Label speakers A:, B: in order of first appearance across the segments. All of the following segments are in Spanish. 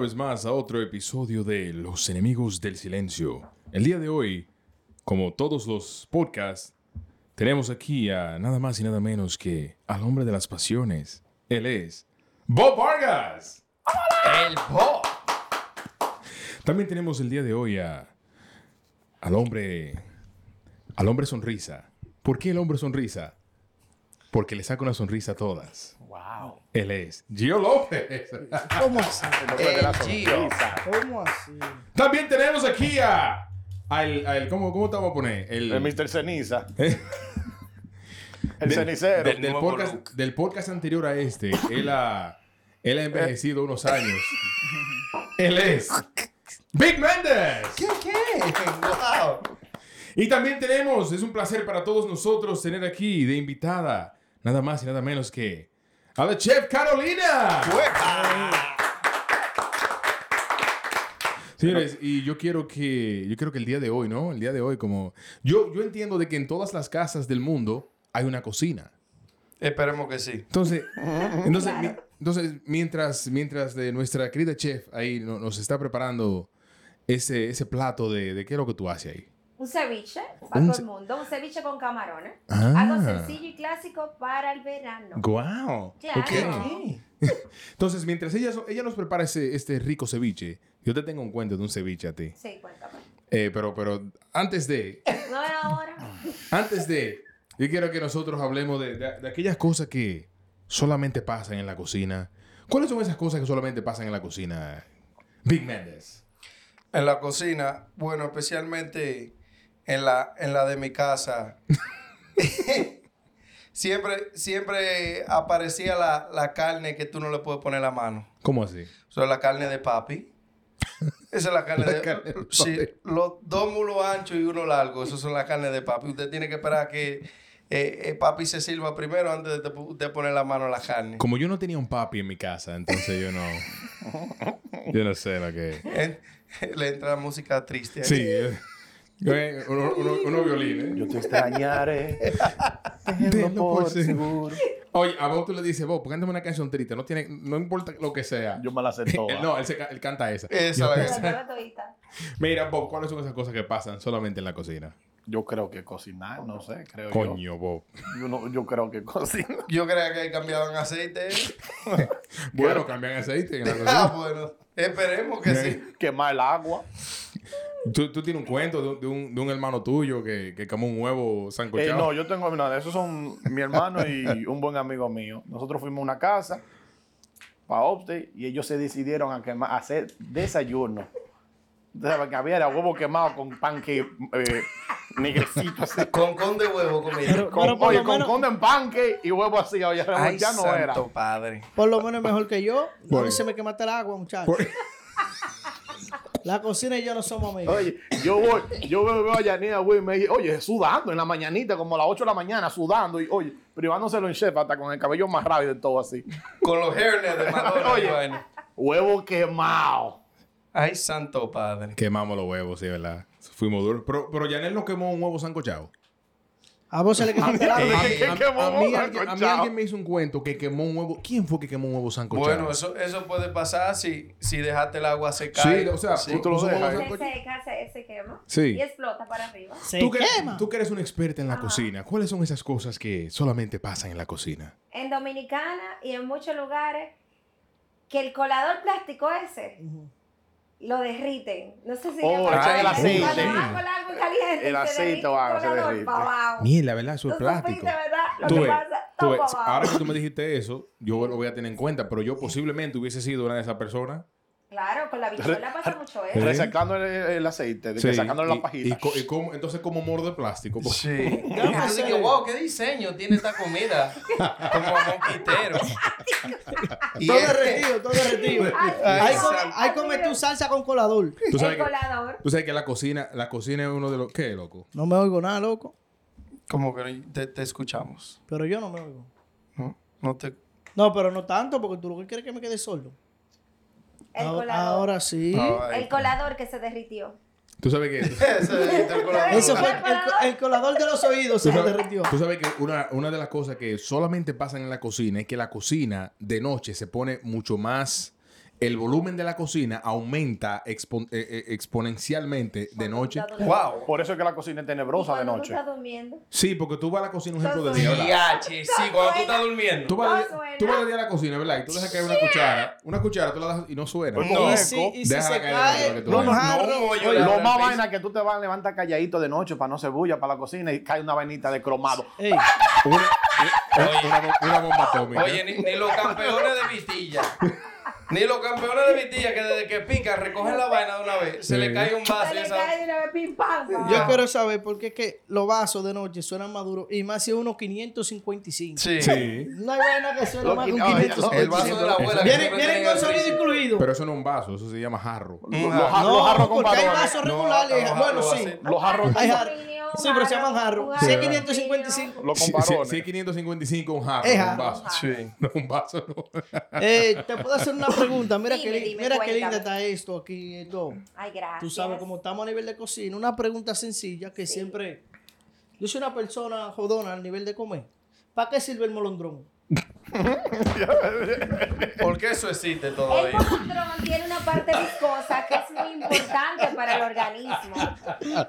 A: vez más a otro episodio de Los Enemigos del Silencio. El día de hoy, como todos los podcasts, tenemos aquí a nada más y nada menos que al hombre de las pasiones. Él es Bob Vargas.
B: El Bob.
A: También tenemos el día de hoy a, al hombre al hombre sonrisa. ¿Por qué el hombre sonrisa? Porque le saca una sonrisa a todas.
B: Wow.
A: Él es Gio López.
C: ¿Cómo así?
B: El Gio.
C: ¿Cómo así?
A: También tenemos aquí a. Al, al- ¿cómo, ¿Cómo te vamos a poner?
D: El Mr. Ceniza. El
A: ¿Eh? del-
D: cenicero.
A: del- del, podcast, del podcast anterior a este, él ha, él ha envejecido unos años. él es. Big Mendes.
C: ¿Qué? ¿Qué?
B: Wow.
A: Y también tenemos, es un placer para todos nosotros tener aquí de invitada, nada más y nada menos que a la chef Carolina. Señores, y yo quiero que yo quiero que el día de hoy, ¿no? El día de hoy como yo yo entiendo de que en todas las casas del mundo hay una cocina.
B: Esperemos que sí.
A: Entonces, entonces, mi- entonces mientras mientras de nuestra querida chef ahí no- nos está preparando ese, ese plato de, de qué es lo que tú haces ahí.
E: Un ceviche para
A: Un
E: todo
A: ce-
E: el mundo, un ceviche con camarones.
A: Ah.
E: Algo sencillo y clásico para el verano.
A: Wow.
E: Claro.
A: Entonces, mientras ella, ella nos prepara ese, este rico ceviche, yo te tengo un cuento de un ceviche a ti.
E: Sí, cuéntame.
A: Eh, pero, pero antes de,
E: No es ahora.
A: antes de, yo quiero que nosotros hablemos de, de- de aquellas cosas que solamente pasan en la cocina. ¿Cuáles son esas cosas que solamente pasan en la cocina, Big Mendes?
F: En la cocina, bueno, especialmente en la, en la de mi casa. siempre, siempre aparecía la, la carne que tú no le puedes poner la mano.
A: ¿Cómo así?
F: O sea, la carne de papi. Esa es la carne
A: La
F: de,
A: carne de
F: Sí,
A: papi.
F: los dos mulos anchos y uno largo. Esas son las carnes de papi. Usted tiene que esperar a que eh, eh, papi se sirva primero antes de te- usted poner la mano a la carne.
A: Como yo no tenía un papi en mi casa, entonces yo no, yo no sé lo que.
F: Eh, Le entra música triste. ahí.
A: Sí, eh, eh, uno, uno- uno violín, ¿eh?
D: Yo te extrañaré.
A: Tenlo
D: Tenlo
A: por
D: por seguro.
A: Oye, a vos tú le dices, vos, cántame una canción triste, no tiene, no importa lo que sea.
D: Yo me la sé toda. Eh.
A: Él- no, él, se ca- él canta esa.
F: Esa
A: Yo-
F: la
E: Pero no la todita.
A: Mira, Bob, ¿cuáles son esas cosas que pasan solamente en la cocina?
D: Yo creo que cocinar, no sé, creo yo.
A: Coño, Bob.
D: Yo, no- yo creo que cocinar.
F: Yo creía que cambiaban aceite.
A: Bueno, cambian aceite en la
F: Ah,
A: cocina.
F: bueno. Esperemos que sí.
D: Quemar el agua.
A: ¿Tú, tú tienes un cuento de, un- de un, de un hermano tuyo que, que camó un huevo
D: Eh,
A: sancochado.
D: no, yo tengo nada. Esos son mi hermano y un buen amigo mío. Nosotros fuimos a una casa para Opte y ellos se decidieron a, quema- a hacer desayuno. Entonces, lo que había era huevo quemado con pan que eh, negrecito así.
F: Con con de huevo comida.
C: Pero-
D: Con,
C: por
D: oye,
C: lo
D: con
C: menos-
D: conde en panque y huevo así, oye,
F: Ay,
D: ya no era.
F: santo padre.
C: Por lo menos mejor que yo. No
A: Bueno.
C: se me quemaste el agua, muchacho.
A: Por-
C: La cocina y yo no somos amigos.
D: Oye, yo voy, yo veo veo a Yanina, güey, y me dice, oye, sudando en la mañanita, como a las 8 de la mañana, sudando, y oye, privándoselo en chef hasta con el cabello más rápido y todo así.
F: Con los hairnets de Madonna.
D: Oye.
F: y vaina.
D: Huevo quemado.
F: Ay, santo padre.
A: Quemamos los huevos, sí, ¿verdad? Fuimos duros. Pero, pero Yanel no quemó un huevo sancochado.
C: A vos se le quemaste el
A: A,
C: agua.
D: ¿Qué- qué
A: a-
D: quemó
A: a
D: un
A: mí,
D: huevo
A: alguien, a mí
D: sancochado?
A: alguien me hizo un cuento que quemó un huevo. ¿Quién fue que quemó un huevo sancochado?
F: Bueno, eso, eso puede pasar si, si dejaste el agua secar.
A: Sí, o sea,
F: Sí.
D: tú- tú lo
A: puso un huevo
D: dejas,
E: Se
A: sancochado.
E: seca, se, se quema.
A: Sí.
E: Y explota para arriba.
C: Se
A: Tú que,
C: quema.
A: tú que eres una experta
D: Ah.
A: en la
E: Ajá.
A: cocina, ¿cuáles son esas cosas que solamente pasan en la cocina?
E: En Dominicana y en muchos lugares, que el colador plástico ese
C: Ujú.
E: lo derriten. No sé si
D: Oh,
E: llaman-
D: echar
A: el aceite.
E: Cuando van con algo caliente,
D: El
E: se
D: aceite
E: derrite
D: o algo,
E: el
D: se
E: colador
D: derrite.
E: pa' abajo.
A: Mira, ¿verdad? Eso
E: Tú
A: es
E: supiste,
A: plástico.
E: ¿verdad? Lo
A: Tú
E: que
A: ves,
E: pasa,
A: tú
E: todo
A: ves,
E: pa' abajo.
A: ahora que tú me dijiste eso, yo lo voy a tener en cuenta, pero yo posiblemente hubiese sido una de esas personas.
E: Claro, con la bichuela pasa mucho eso.
A: ¿Eh?
D: Resacando el, el aceite, de que
A: Sí,
D: sacándole
A: y-
D: la pajita.
A: y co- y como- entonces, como mordo de plástico. po-
F: Sí. Entonces, que, wow, qué diseño tiene esta comida. Como a mosquitero. Y
C: Todo
F: este-
C: derretido, todo derretido.
E: Ay,
C: Ahí,
E: Dios
C: come,
E: mío.
C: ahí come tu salsa con colador.
A: ¿Tú, sabes
E: El
A: que,
E: colador.
A: tú sabes que la cocina, la cocina es uno de los. ¿Qué, loco?
C: No me oigo nada, loco.
F: Como que no- te, te escuchamos.
C: Pero yo no me oigo.
F: ¿no? No te...
C: No, pero no tanto, porque tú lo que quieres es que me quede sordo.
E: El
C: Ahora-
E: colador.
C: Ahora sí.
A: Ah,
F: Ay.
E: El colador que se derritió.
A: Tú sabes que.
F: Ese es el colador.
C: Eso fue el, co- el colador de los oídos se
A: Tú
C: me
A: sabes,
C: derritió.
A: tú sabes que una, una de las cosas que solamente pasan en la cocina es que la cocina de noche se pone mucho más el volumen de la cocina aumenta expon- eh, eh, exponencialmente de noche.
F: Wow.
D: Por eso es que la cocina es tenebrosa de noche.
E: Está durmiendo.
A: Sí, porque tú vas a la cocina, un ejemplo de
E: Entonces-
A: día, ¿verdad?
F: Diache, sí, cuando tú estás durmiendo.
A: Tú vas,
E: No suena.
A: tú vas de día a la cocina, ¿verdad? Y tú dejas caer una cuchara, una cuchara, tú la dejas y no suena.
F: Pues
D: No,
C: y si, y si
A: déjala
C: se
A: caer,
C: cae,
A: lo que tú
C: un
A: veas.
C: jarro,
F: No, un hoyo le
C: oye,
D: Lo
F: Ahora
D: más
F: el
D: vaina es que tú te vas, levantas calladito de noche para no se bulla para la cocina y cae una vainita de cromado.
C: ey,
A: Una, una- una- una bomba atómica.
F: Oye, ni, ni los campeones de vitilla. Ni los campeones de vitilla que desde que pican recogen la vaina de una vez. Se le
A: Sí.
F: cae un
C: Ah,
F: vaso
E: Se
F: y
E: le
F: esa-
E: cae de una vez pim pam.
C: yo quiero saber por qué es que los vasos de noche suenan más duros y más si es unos 555.
F: Sí.
A: Sí.
C: No hay vaina que suene
D: Lo
C: más que
D: que-
C: un
D: no, ya-
C: 500.
F: El vaso de la abuela. que
C: Vienen
F: siempre
C: vienen
F: tenía
C: con
F: el
C: sonido
F: frisbee.
C: incluido.
A: Pero eso no es un vaso, eso se llama jarro.
D: Los,
F: Ajá.
D: los jarros- los jarros con
C: porque hay
D: varones.
C: vasos
F: No,
C: regulares.
F: jarro,
C: bueno,
F: jarro,
C: sí.
F: así.
D: Los jarros,
C: Hay
E: Un
C: jarro.
E: piñón,
C: Sí, pero se llaman jarro.
E: un
C: Si es
E: un
C: 555.
D: los
A: Si,
D: con
A: si-
D: varones.
A: si es 555, un jarro.
C: Es
A: no Un
C: jarro.
A: vaso.
F: Sí.
A: No, un vaso no.
C: Eh, te puedo hacer una pregunta. Mira,
E: Dime,
C: qué, li-
E: dime,
C: mira qué linda
E: cuéntame.
C: está esto aquí. Esto.
E: Ay, gracias.
C: Tú sabes, como estamos a nivel de cocina, una pregunta sencilla que siempre. Yo soy una persona jodona al nivel de comer. ¿Para qué sirve el molondrón?
F: ¿Por qué eso existe
E: El
F: todavía?
E: monodrón tiene una parte viscosa que es muy importante para el organismo.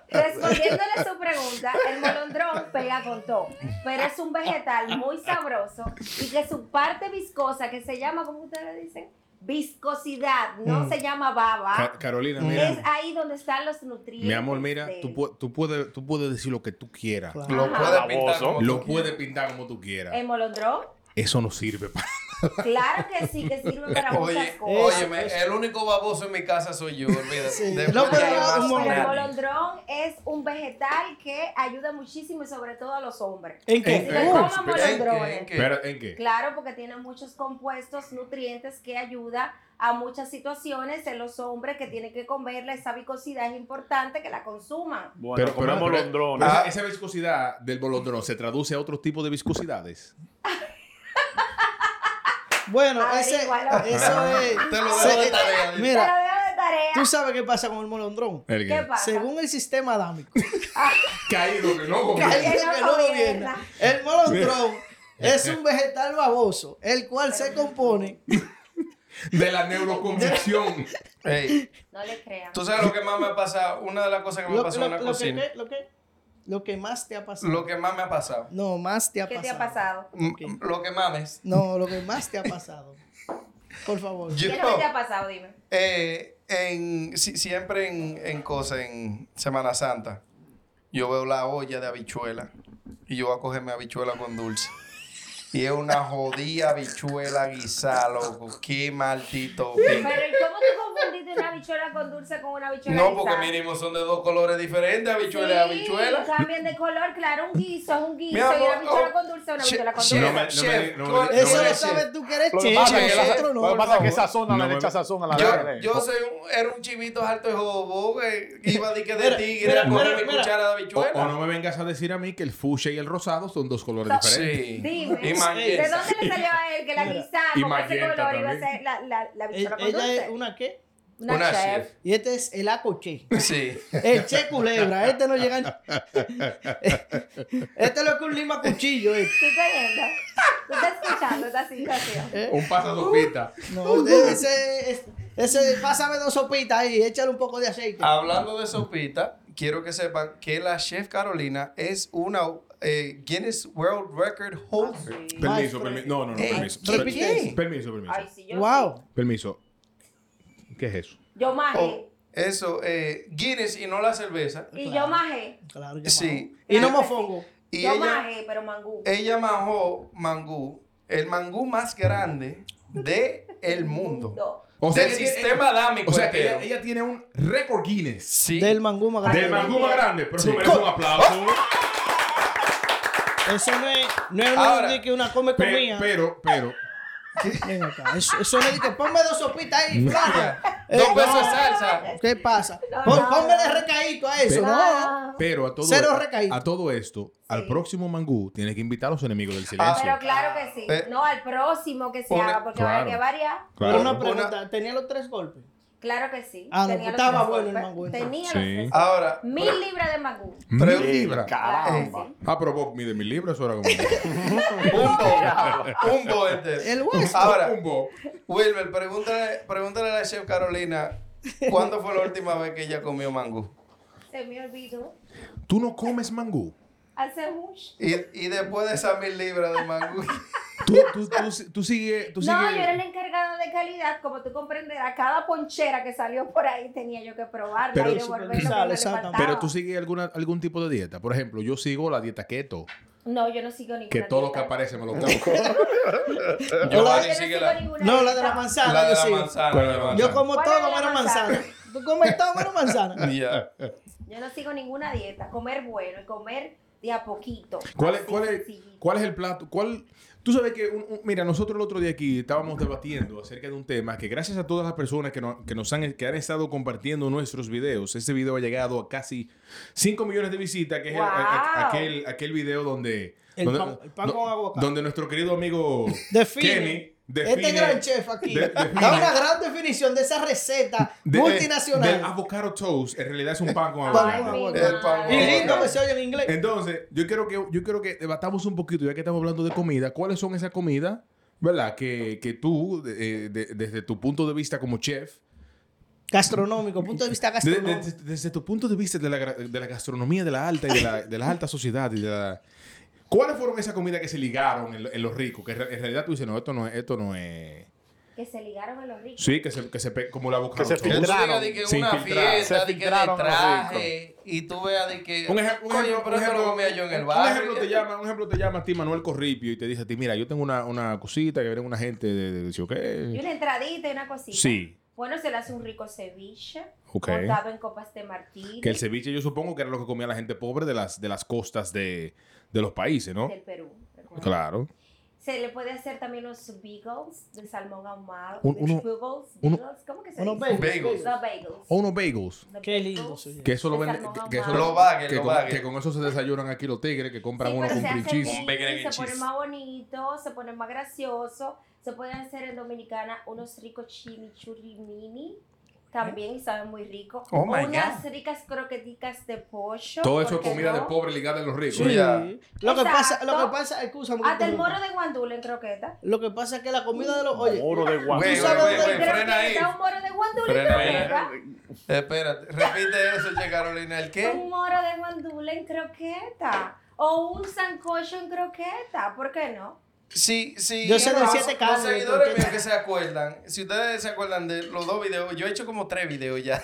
E: Respondiéndole a su pregunta, el molondrón pega con todo, pero es un vegetal muy sabroso y que su parte viscosa, que se llama, ¿cómo ustedes le dicen? Viscosidad, no se llama baba.
A: Mm. Ca- Carolina,
E: Ah, Es
A: mira.
E: ahí donde están los nutrientes.
A: Mi amor, mira,
E: del-
A: tú, pu- tú puedes, tú puedes decir lo que tú quieras.
C: Claro.
F: Lo puedes pintar
D: Baboso.
F: como tú
A: Lo puedes pintar como tú quieras.
E: ¿El molondrón?
A: Eso no sirve para
E: Claro que sí, que sirve para muchas
F: Oye,
E: cosas.
F: óyeme, el único baboso en mi casa soy yo, olvídate.
C: Sí.
F: Después
C: No, pero
F: ya hay
C: un
F: más
C: momento.
E: Pero el
F: nadie.
E: molondrón es un vegetal que ayuda muchísimo y sobre todo a los hombres.
C: ¿En
E: Si
C: qué?
A: Eh,
E: no coman
A: espera,
E: molondrones.
F: ¿en qué?
A: Pero, ¿en qué?
E: Claro, porque tiene muchos compuestos, nutrientes que ayuda a muchas situaciones en los hombres que tienen que comerla. Esa vicosidad es importante que la consuman.
D: Bueno, comemos Ah,
A: pero
D: londrones.
A: esa, esa viscosidad del bolondrón se traduce a otro tipo de viscosidades.
C: Bueno,
E: Ah,
C: ese,
E: Averígualo.
C: eso es.
F: Te lo
C: se-
F: dejo de tarea.
E: Pero
C: mira,
E: dejo de tarea.
C: tú sabes qué pasa con el molondrón.
A: El
E: ¿Qué pasa?
C: Según el sistema adámico,
E: Ah,
A: caído que no.
E: Caído.
C: que
E: no
C: no lo viene,
E: gobierna.
C: el molondrón es un vegetal baboso, el cual se compone
A: De la neuroconvicción.
F: Ey,
E: No le crean.
F: Tú sabes lo que más me ha pasado, una de las cosas que me
C: Lo-
F: pasó
C: lo-
F: en la
C: lo que-
F: cocina.
C: lo que- lo que más te ha pasado.
F: Lo que más me ha pasado.
C: No, más te ha
E: ¿Qué te
C: pasado.
E: ha pasado?
F: M- Lo que mames.
C: No, lo que más te ha pasado. Por favor.
E: ¿Qué
F: Yo,
E: es lo que te ha pasado? Dime.
F: eh, en, si- siempre en, en cosas, en Semana Santa, yo veo la olla de habichuela y yo voy a cogerme habichuela con dulce. Y es una jodida habichuela guisada, loco. Qué maldito.
E: Pero
F: pico.
E: ¿y ¿cómo tú confundiste una bichuela con dulce con una bichuela
F: No, porque
E: guisada?
F: mínimo son de dos colores diferentes, habichuela y
E: Sí,
F: habichuela.
E: Cambian de color, claro, un guiso es un guiso.
F: Mi
E: y
F: amor,
E: una bichuela
F: oh,
E: con dulce es una
F: che-
E: bichuela con
F: chef,
E: dulce.
A: No me- no me-
F: chef,
A: no me-
F: tú
A: no me-
F: eres
C: Eso lo
F: chef.
C: sabes tú que eres
D: Lo que
C: chef,
D: pasa es que la-
C: nosotros
D: lo que
C: no.
D: pasa es que
F: favor.
D: esa zona
A: No
D: le
A: me-
D: echa sazón a la
F: Yo,
D: carne.
F: yo soy un, era un chivito alto de jobo que iba de, que de
C: Mira,
F: tigre
C: mira,
F: a comer
C: mira,
F: mi
C: mira.
F: cuchara de
A: O,
F: habichuela.
A: o no me vengas a decir a mí que el fuchsia y el rosado son dos colores diferentes.
F: Sí.
E: Dime,
F: Y
E: ¿de
F: mayonesa.
E: dónde le salió a él que la
C: Mira,
E: guisada
A: y
E: con ese
A: magenta
E: color iba a
A: también.
E: ser la, la, la bichuela con
C: Ella
E: dulce?
C: es una qué?
E: Una,
F: Una
E: chef.
F: chef.
C: Y este es el acoche.
F: Sí.
C: El che culebra. Este no llega. ni- Este es lo que un lima cuchillo. este.
E: ¿Tú estás viendo? ¿Tú estás escuchando esta situación?
C: ¿Eh?
A: Un pasasopita.
F: Uh,
C: No, ese, ese, ese- pásame dos sopitas ahí. Échale un poco de aceite.
F: Hablando de sopita, quiero que sepan que la chef Carolina es una eh, Guinness World Record holder.
A: Permiso, permiso. No, no, no,
F: Eh,
A: permiso.
F: ¿qué?
A: Per-
F: ¿Qué?
A: Permiso, permiso.
E: Ay, sí, yo
C: Wow.
A: Permiso. ¿Qué es eso?
E: Ah, sí. Yo majé.
F: Oh, eso, eh, Guinness y no la cerveza.
E: Y yo majé.
C: Claro que
F: Sí.
C: Y no mofongo.
F: Y
E: yo
F: ella,
E: majé, pero mangú.
F: ella majó mangú, el mangú más grande de el mundo.
E: No.
A: O sea,
F: del
A: que-
F: sistema adámico.
A: O sea que
F: entero.
A: ella, ella tiene un récord Guinness.
F: Sí.
C: Del mangú más grande.
A: Del mangú más grande. Pero eso
F: Sí.
A: merece un aplauso.
C: Eso no es, no es
F: Ahora,
C: una, de que una come
A: Pe-
C: comida.
A: pero, pero.
C: Ven acá, Eso, eso no es de que ponme dos sopitas ahí, flaca. Eh,
F: Dos pesos de
C: no,
F: salsa.
C: ¿Qué pasa?
E: No,
C: Pon-
E: no,
C: Ponme de
E: no.
C: recaíto a eso, ¿no?
E: Ah,
A: Pero a todo,
C: Cero recaído.
A: a todo esto, al próximo mangú tiene que invitar a los enemigos del silencio.
E: Pero claro que sí.
F: Eh,
E: No al próximo que se
F: Una-
E: haga, porque va a
A: claro.
E: haber que variar.
A: Claro.
C: Una pregunta, ¿tenía los tres golpes?
E: Claro que sí.
C: Ah, no,
E: Tenía
C: pues
E: los
C: estaba
E: tres
C: bueno el
E: golpes.
C: mangú, entonces.
E: Tenía
G: Sí.
E: los tres
F: Ahora,
E: golpes. Mil libras de mangú.
A: Mil
D: Sí,
A: libras.
D: Caramba.
E: Claro que
A: Mm. Ah, pero Bob mide mil libras, eso era como.
F: un bo, un bo este.
C: El hueso.
F: Ahora,
A: Un Bob.
F: Wilmer, pregúntale, pregúntale a la chef Carolina cuándo fue la última vez que ella comió mangú.
E: sí. Se me olvidó.
A: ¿Tú no comes mangú?
E: Hace mucho.
F: Y, y después de esas mil libras de mangú.
A: Tú, tú, tú, tú sigue. Tú
E: No,
A: sigue-
E: yo era la encargada de calidad, como tú comprenderás, cada ponchera que salió por ahí tenía yo que probarla
A: Pero-
E: y devolver lo que
C: Supervisar,
E: me
C: exactamente.
E: faltaba.
A: Pero tú sigues alguna, algún tipo de dieta. Por ejemplo, yo sigo la dieta keto,
E: No, yo no sigo ninguna.
A: que todo lo que
E: dieta.
A: aparece me lo como.
E: No,
F: Giovanni
E: yo no
F: sigue
E: sigo
F: la,
E: ninguna
C: No, la de la
E: dieta.
C: manzana.
F: la de
C: yo
F: la
C: sí.
F: manzana. Giovanni.
C: Yo como
E: ¿Cuál
C: todo
E: es la
C: menos
E: manzana?
C: manzana. Tú comes todo menos manzana.
F: Ya.
E: Yo no sigo ninguna dieta. Comer bueno y comer de a poquito.
A: ¿Cuál es,
E: Así,
A: cuál, es,
E: sencillito.
A: ¿Cuál es el plato? ¿Cuál? Tú sabes que, un- un- mira, nosotros el otro día aquí estábamos debatiendo acerca de un tema que gracias a todas las personas que, no- que nos han, que han estado compartiendo nuestros videos, este video ha llegado a casi 5 millones de visitas, que es el-
E: Wow.
A: a- a- aquel, aquel video donde...
C: El
A: donde,
C: pan- el pan con aguacate.
A: Donde nuestro querido amigo
C: Define.
A: Kenny define
C: Este gran chef aquí
A: de- define-
C: da una gran definición de esa receta
A: de- ah,
C: multinacional.
A: Del avocado toast, en realidad es un pan con
E: Ay,
A: aguacate.
E: mi
C: aguacate.
E: madre.
F: El pan
C: y
F: con
C: lindo
F: aguacate.
C: que se oye en inglés.
A: Entonces, yo quiero que yo quiero que debatamos un poquito, ya que estamos hablando de comida, ¿cuáles son esas comidas, verdad? Que, que tú, de- eh, de- desde tu punto de vista como chef,
C: Gastronómico, punto de vista
A: de- de-
C: gastronómico.
A: de- desde tu punto de vista de la, gra- de la gastronomía de la alta y de la, de la alta sociedad y de la- ¿Cuáles fueron esas comidas que se ligaron en, lo- en los ricos? Que re- en realidad tú dices, no, esto no es... Esto no es...
E: Que se ligaron a los ricos.
A: Sí, que se, que se pe- como la boca.
D: Que se
F: Que tú
D: Filtraron,
F: digas de que
A: se
F: una
A: infiltraron.
F: fiesta,
D: Se
F: de que de
D: filtraron los
F: traje, y tú veas de que.
A: Un, ej- un ejemplo,
F: Coño, pero
A: un
F: esto lo
A: ejemplo-
F: comía yo en el
A: un
F: barrio.
A: ejemplo te llama, un ejemplo te llama a ti Manuel Corripio y te dice a ti, mira, yo tengo una, una cosita que viene una gente de, de, de- ¿sí o
E: Y
A: qué?
E: una entradita y una cosita.
A: Sí.
E: Bueno, se le hace un rico ceviche.
A: Ok.
E: Montado en copas de martini.
A: Que el ceviche yo supongo que era lo que comía la gente pobre de las, de las costas de, de los países, ¿no?
E: Del Perú. recuerda.
A: Claro.
E: Se le puede hacer también unos beagles de salmón ahumado.
A: Un- uno-
E: beagles,
A: uno-
E: beagles, ¿Cómo que se
C: Unos
E: dice?
C: bagels.
F: Bagels.
E: Los bagels.
A: O unos bagels.
E: Los
C: Qué lindo
E: bagels.
C: se oye.
A: Que eso lo
E: De
A: ven,
E: salmón
A: que, que eso
E: ahumado.
F: Los bagels,
A: que
F: los
A: con,
F: bagels.
A: que con eso se desayunan aquí los tigres que compran
E: Sí,
A: uno
E: pero
A: con
E: se
A: cream
E: hace
A: cheese.
E: un
F: bacon
E: cheese,
F: and
E: se pone
F: cheese.
E: más bonito, se pone más gracioso. Se pueden hacer en Dominicana unos ricos chimichurri mini. También y saben muy rico.
F: Oh, my
E: Unas ricas croqueticas de pollo.
A: Todo eso
E: ¿por
A: es
E: qué
A: comida de
E: no?
A: pobre ligada a los ricos.
C: Sí.
F: Mira.
C: Lo que
E: Exacto.
C: pasa, lo que pasa, excusa,
E: Hasta el Ah, moro de guandula en croqueta.
C: Lo que pasa es que la comida de los. Oye,
D: Oro de
F: Güey,
D: guapo.
F: güey,
C: sabes
F: güey,
C: dónde-
F: güey,
E: En
F: frena ahí.
E: croqueta, Un moro de guandula en
F: Frena ahí.
E: croqueta.
F: Espérate, repite eso, Che Carolina. ¿El qué?
E: Un moro de guandula en croqueta. O un sancocho en croqueta. ¿Por qué no?
F: Sí, sí.
C: Yo sé de
F: los-
C: siete carnes,
F: Los seguidores
C: entonces.
F: míos que se acuerdan, si ustedes se acuerdan de los dos videos, yo he hecho como tres videos ya.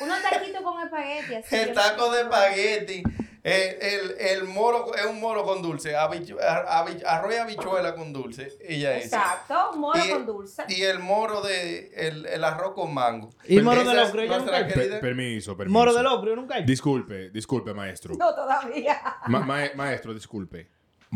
E: Unos taquitos con espagueti. así,
F: El
E: yo
F: taco
E: me-
F: de espagueti. El, el, el moro es un moro con dulce, habichu- a- habi- arroz y habichuela con dulce, y ya es.
E: Exacto, un moro
F: Y-
E: con dulce.
F: Y el moro de el, el arroz con mango. Pues,
C: Y moro de
F: Esa
C: los
F: es
C: grullos,
F: nuestra
C: ¿no?
A: Per-
F: querida-
A: permiso, permiso.
C: moro del hombre, nunca hay.
A: Disculpe, disculpe, maestro.
E: No, todavía.
A: Ma- ma- maestro, disculpe.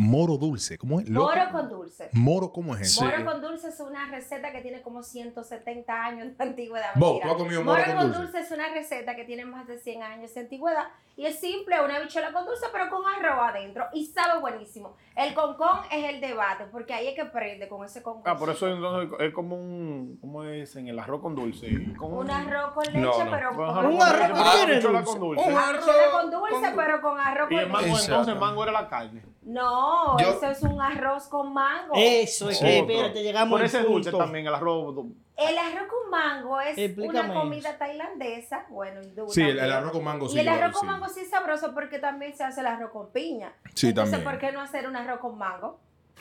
A: Moro dulce, ¿cómo es? Loco.
E: Moro con dulce.
A: Moro, ¿cómo es eso?
E: Moro con dulce es una receta que tiene como 170 años de antigüedad.
A: Bo,
E: Mentira.
A: ¿tú has comido moro
E: moro
A: con
E: con
A: dulce?
E: dulce es una receta que tiene más de 100 años de antigüedad y es simple, una bichola con dulce pero con arroz adentro y sabe buenísimo. El concón es el debate porque ahí es que prende con ese concón.
D: Ah, por eso entonces es como un, ¿cómo dicen? El arroz con dulce. Como
E: Un arroz con leche
F: No, no.
E: pero con,
C: Un arroz
D: con
C: con
D: dulce.
C: leche.
D: habichuela con dulce.
F: Un
E: una bichola
F: arroz
E: con dulce
F: con-
E: pero con arroz
D: Y el
E: con
D: mango
E: leche.
F: Exacto.
D: entonces, el mango era la carne.
E: No,
F: Yo-
E: eso es un arroz con mango.
C: Eso es que,
D: Otro.
C: espérate, llegamos
D: Por
C: al
D: ese dulce
C: punto.
D: también, el arroz. du-
E: El arroz con mango es
C: Explícame
E: una comida tailandesa, bueno, hindú.
A: Sí, el- el
E: también.
A: arroz con mango sí,
E: Y el
A: yo-
E: arroz con
A: sí.
E: mango sí es sabroso porque también se hace el arroz con piña.
A: Sí,
E: Entonces,
A: también.
E: ¿por qué no hacer un arroz con mango?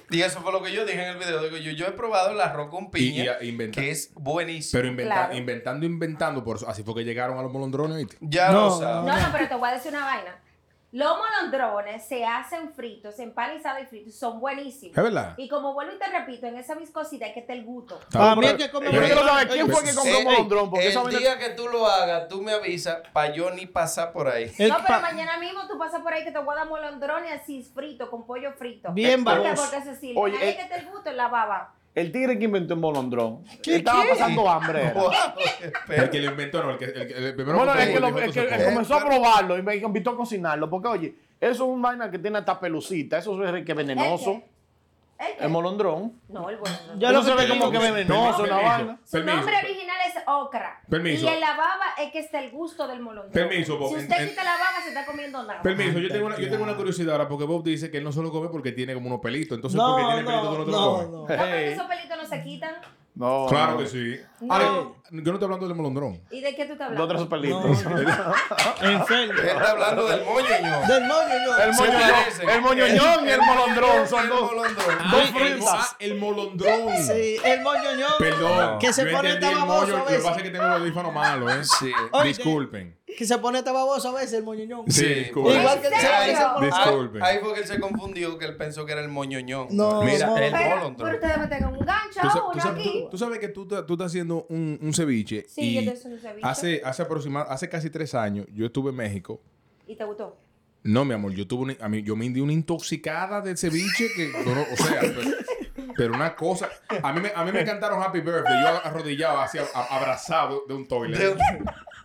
F: Y eso fue lo que yo dije en el video. Digo, yo, yo he probado el arroz con
A: Y- y
F: piña,
A: a- inventa-
F: que es buenísimo.
A: Pero inventa-
E: Claro.
A: inventando, inventando, por eso- así fue que llegaron a los molondrones. ¿viste?
F: ya
C: No,
F: lo sabes.
E: No, no, pero te voy a decir una vaina. Los molondrones se hacen fritos, empanizados y fritos, son buenísimos.
A: ¿Es verdad?
E: Y como vuelvo y te repito, en esa viscosita hay que te el gusto.
C: Para mí
A: Pero-
C: es que come
A: Ey,
D: Yo
C: moro
D: quiero
C: del
D: saber
C: hombre.
D: quién fue que compró
F: Eh,
D: molondrón, porque esa
F: el
D: vaina-
F: día que tú lo hagas, tú me avisas para yo ni pasar por ahí.
C: El
E: no, pero
C: pa-
E: mañana mismo tú pasas por ahí que te voy a dar molondrones así fritos, con pollo frito.
C: Bien
E: ¿Por qué?
C: baboso.
E: Porque se sirve.
D: Oye,
E: hay
D: eh,
E: que te el gusto en la baba.
D: El tigre que inventó el molondrón. Estaba pasando hambre. era.
F: Wow,
A: El
F: espera.
A: que lo inventó, no, el que el, que- el primero
D: Bueno,
A: que
D: es que, lo-
A: inventó
D: es
A: su
D: que él
A: cosa.
F: come-
C: Eh,
D: comenzó a probarlo y me invitó a cocinarlo. Porque, oye, eso es un vaina que tiene hasta pelucita. Eso es que es venenoso.
E: ¿El ¿El qué?
D: El molondrón.
E: No, el bolondrón.
C: Eh, Ya lo
D: Eso se ve
C: que
D: como que venenoso, una vaina.
E: Su nombre original es ocra.
A: Permiso.
E: Y en la baba es que está el gusto del molondrón.
A: Permiso, Bob.
E: Si
A: En-
E: usted quita la baba, se está comiendo nada.
A: Permiso, yo tengo, una, yo tengo una curiosidad ahora porque Bob dice que él no solo come porque tiene como unos pelitos. Entonces,
C: No,
A: porque tiene pelitos tú
C: no,
A: no te lo comes?
C: no, no.
E: No, porque esos pelitos no se quitan.
D: No.
A: Claro
D: no.
A: que sí.
E: No.
A: Ahora, yo no estoy hablando del molondrón.
E: ¿Y de qué tú estás
D: De
E: hablando?
D: otros pelitos.
C: Enfermo.
F: Él está hablando del moño, ño.
C: Del moño, yo.
D: El
F: Se
D: moñoñón,
F: parecen.
D: el moñoñón y
C: Eh,
D: el molondrón son
F: El
D: dos.
F: molondrón.
D: Dos
A: el, mo-
D: frutas.
A: ah, el molondrón.
C: Sí, el moño, yo.
A: Perdón.
C: Que se
A: yo
C: pone
A: entendí el
C: tababoso
A: moño,
C: a
A: Lo que
C: veces.
A: pasa es que tengo el audífono malo, ¿eh?
F: Sí.
C: Oye,
A: Disculpen.
C: Que se pone hasta baboso a veces el moñoñón.
A: Sí, disculpen.
C: Igual que el
F: Sí, ahí se-
C: chaval.
A: Disculpen.
F: Ahí fue que él se confundió, que él pensó que era el moñoñón.
C: No,
F: Mira,
C: no.
F: el
E: Pero, pero
F: molondrón.
E: ustedes me tengan un gancho
A: Tú, sa-
E: a
A: tú
E: uno
A: sabes,
E: aquí.
A: tú- tú sabes que tú, ta- tú estás haciendo un, un ceviche.
E: Sí,
A: y
E: yo estoy haciendo un ceviche.
A: Hace, hace aproximadamente, hace casi tres años, yo estuve en México.
E: ¿Y te gustó?
A: No, mi amor, yo tuve una- a mí, yo me di una intoxicada de ceviche que, yo no- o sea, pero, pero una cosa, a mí, me, a mí me cantaron Happy Birthday, yo arrodillado, así, a- a- abrazado de un toilet.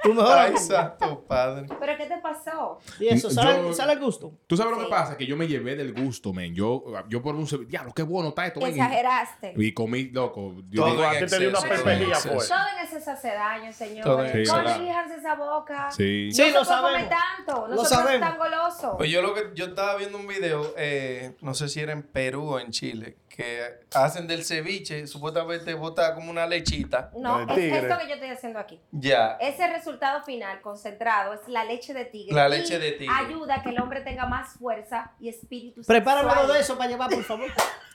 C: Tú mejor.
F: Ay, santo padre.
E: ¿Pero qué te pasó?
C: Y eso, sale,
A: Yo-
C: sale el gusto.
A: Tú sabes lo que
E: Sí.
A: pasa, que yo me llevé del gusto, men. Yo, yo por un ceviche, diablo, qué bueno está esto, ven. Y,
E: Exageraste.
A: y comí, loco. Yo
F: Todo
A: digo,
D: a
F: en
D: ti te dio una
F: exceso, todo en
D: perpejía,
F: exceso.
D: pues.
E: Todo en exceso hace daño,
F: Todo en
E: señores.
A: exceso.
E: Corríjanse esa boca.
A: sí.
C: Sí,
E: no
C: lo
E: se puede comer
C: sabemos.
E: tanto.
C: Lo
E: No se puede
C: sabemos.
E: ser tan goloso.
F: Pues yo lo que yo estaba viendo un video, eh, no sé si era en Perú o en Chile, que hacen del ceviche, supuestamente bota como una lechita.
E: No,
D: De
E: es
D: tigre.
E: esto que yo estoy haciendo aquí.
F: Ya.
E: Ese resultado final concentrado es la leche de tigre.
F: La leche
E: y
F: de tigre.
E: Ayuda a que el hombre tenga más fuerza y espíritu.
C: Prepárame
E: sexual.
C: algo de eso para llevar, por favor.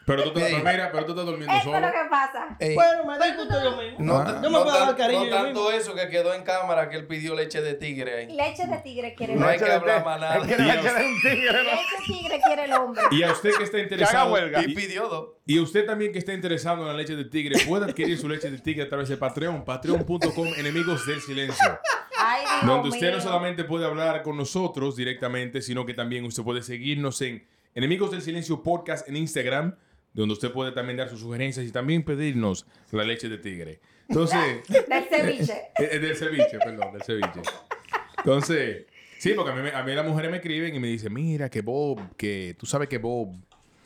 A: Pero tú, te,
F: Ey.
A: mira, pero tú estás durmiendo
E: Esto es
A: solo.
E: lo que pasa.
F: Ey,
C: Bueno, me da el gusto yo mismo.
F: Eh, no,
A: Ah.
F: ta-
C: Yo me
F: no
C: voy a dar
F: tan-
C: cariño
F: no
C: yo
F: tanto
C: mismo.
F: eso que quedó en cámara que él pidió leche de tigre ahí.
E: Leche de tigre quiere el
F: No hay
E: hombre.
F: que hablar más nada.
D: Es que no hay que dar un tigre, no.
E: Leche de tigre quiere el hombre.
A: Y a usted que está
D: haga
A: interesado,
D: huelga.
F: Y pidió dos.
A: y usted también que está interesado en la leche de tigre, puede adquirir su leche de tigre a través de Patreon, patreon.com, enemigos del silencio.
E: Ay, Dios
A: Donde usted no
E: mío.
A: solamente puede hablar con nosotros directamente, sino que también usted puede seguirnos en Enemigos del Silencio Podcast en Instagram, donde usted puede también dar sus sugerencias y también pedirnos la leche de tigre. Entonces,
E: Del ceviche.
A: eh, eh, del ceviche, perdón, del ceviche. Entonces, sí, porque a mí, me- a mí las mujeres me escriben y me dicen, mira, que Bob, que tú sabes que Bob,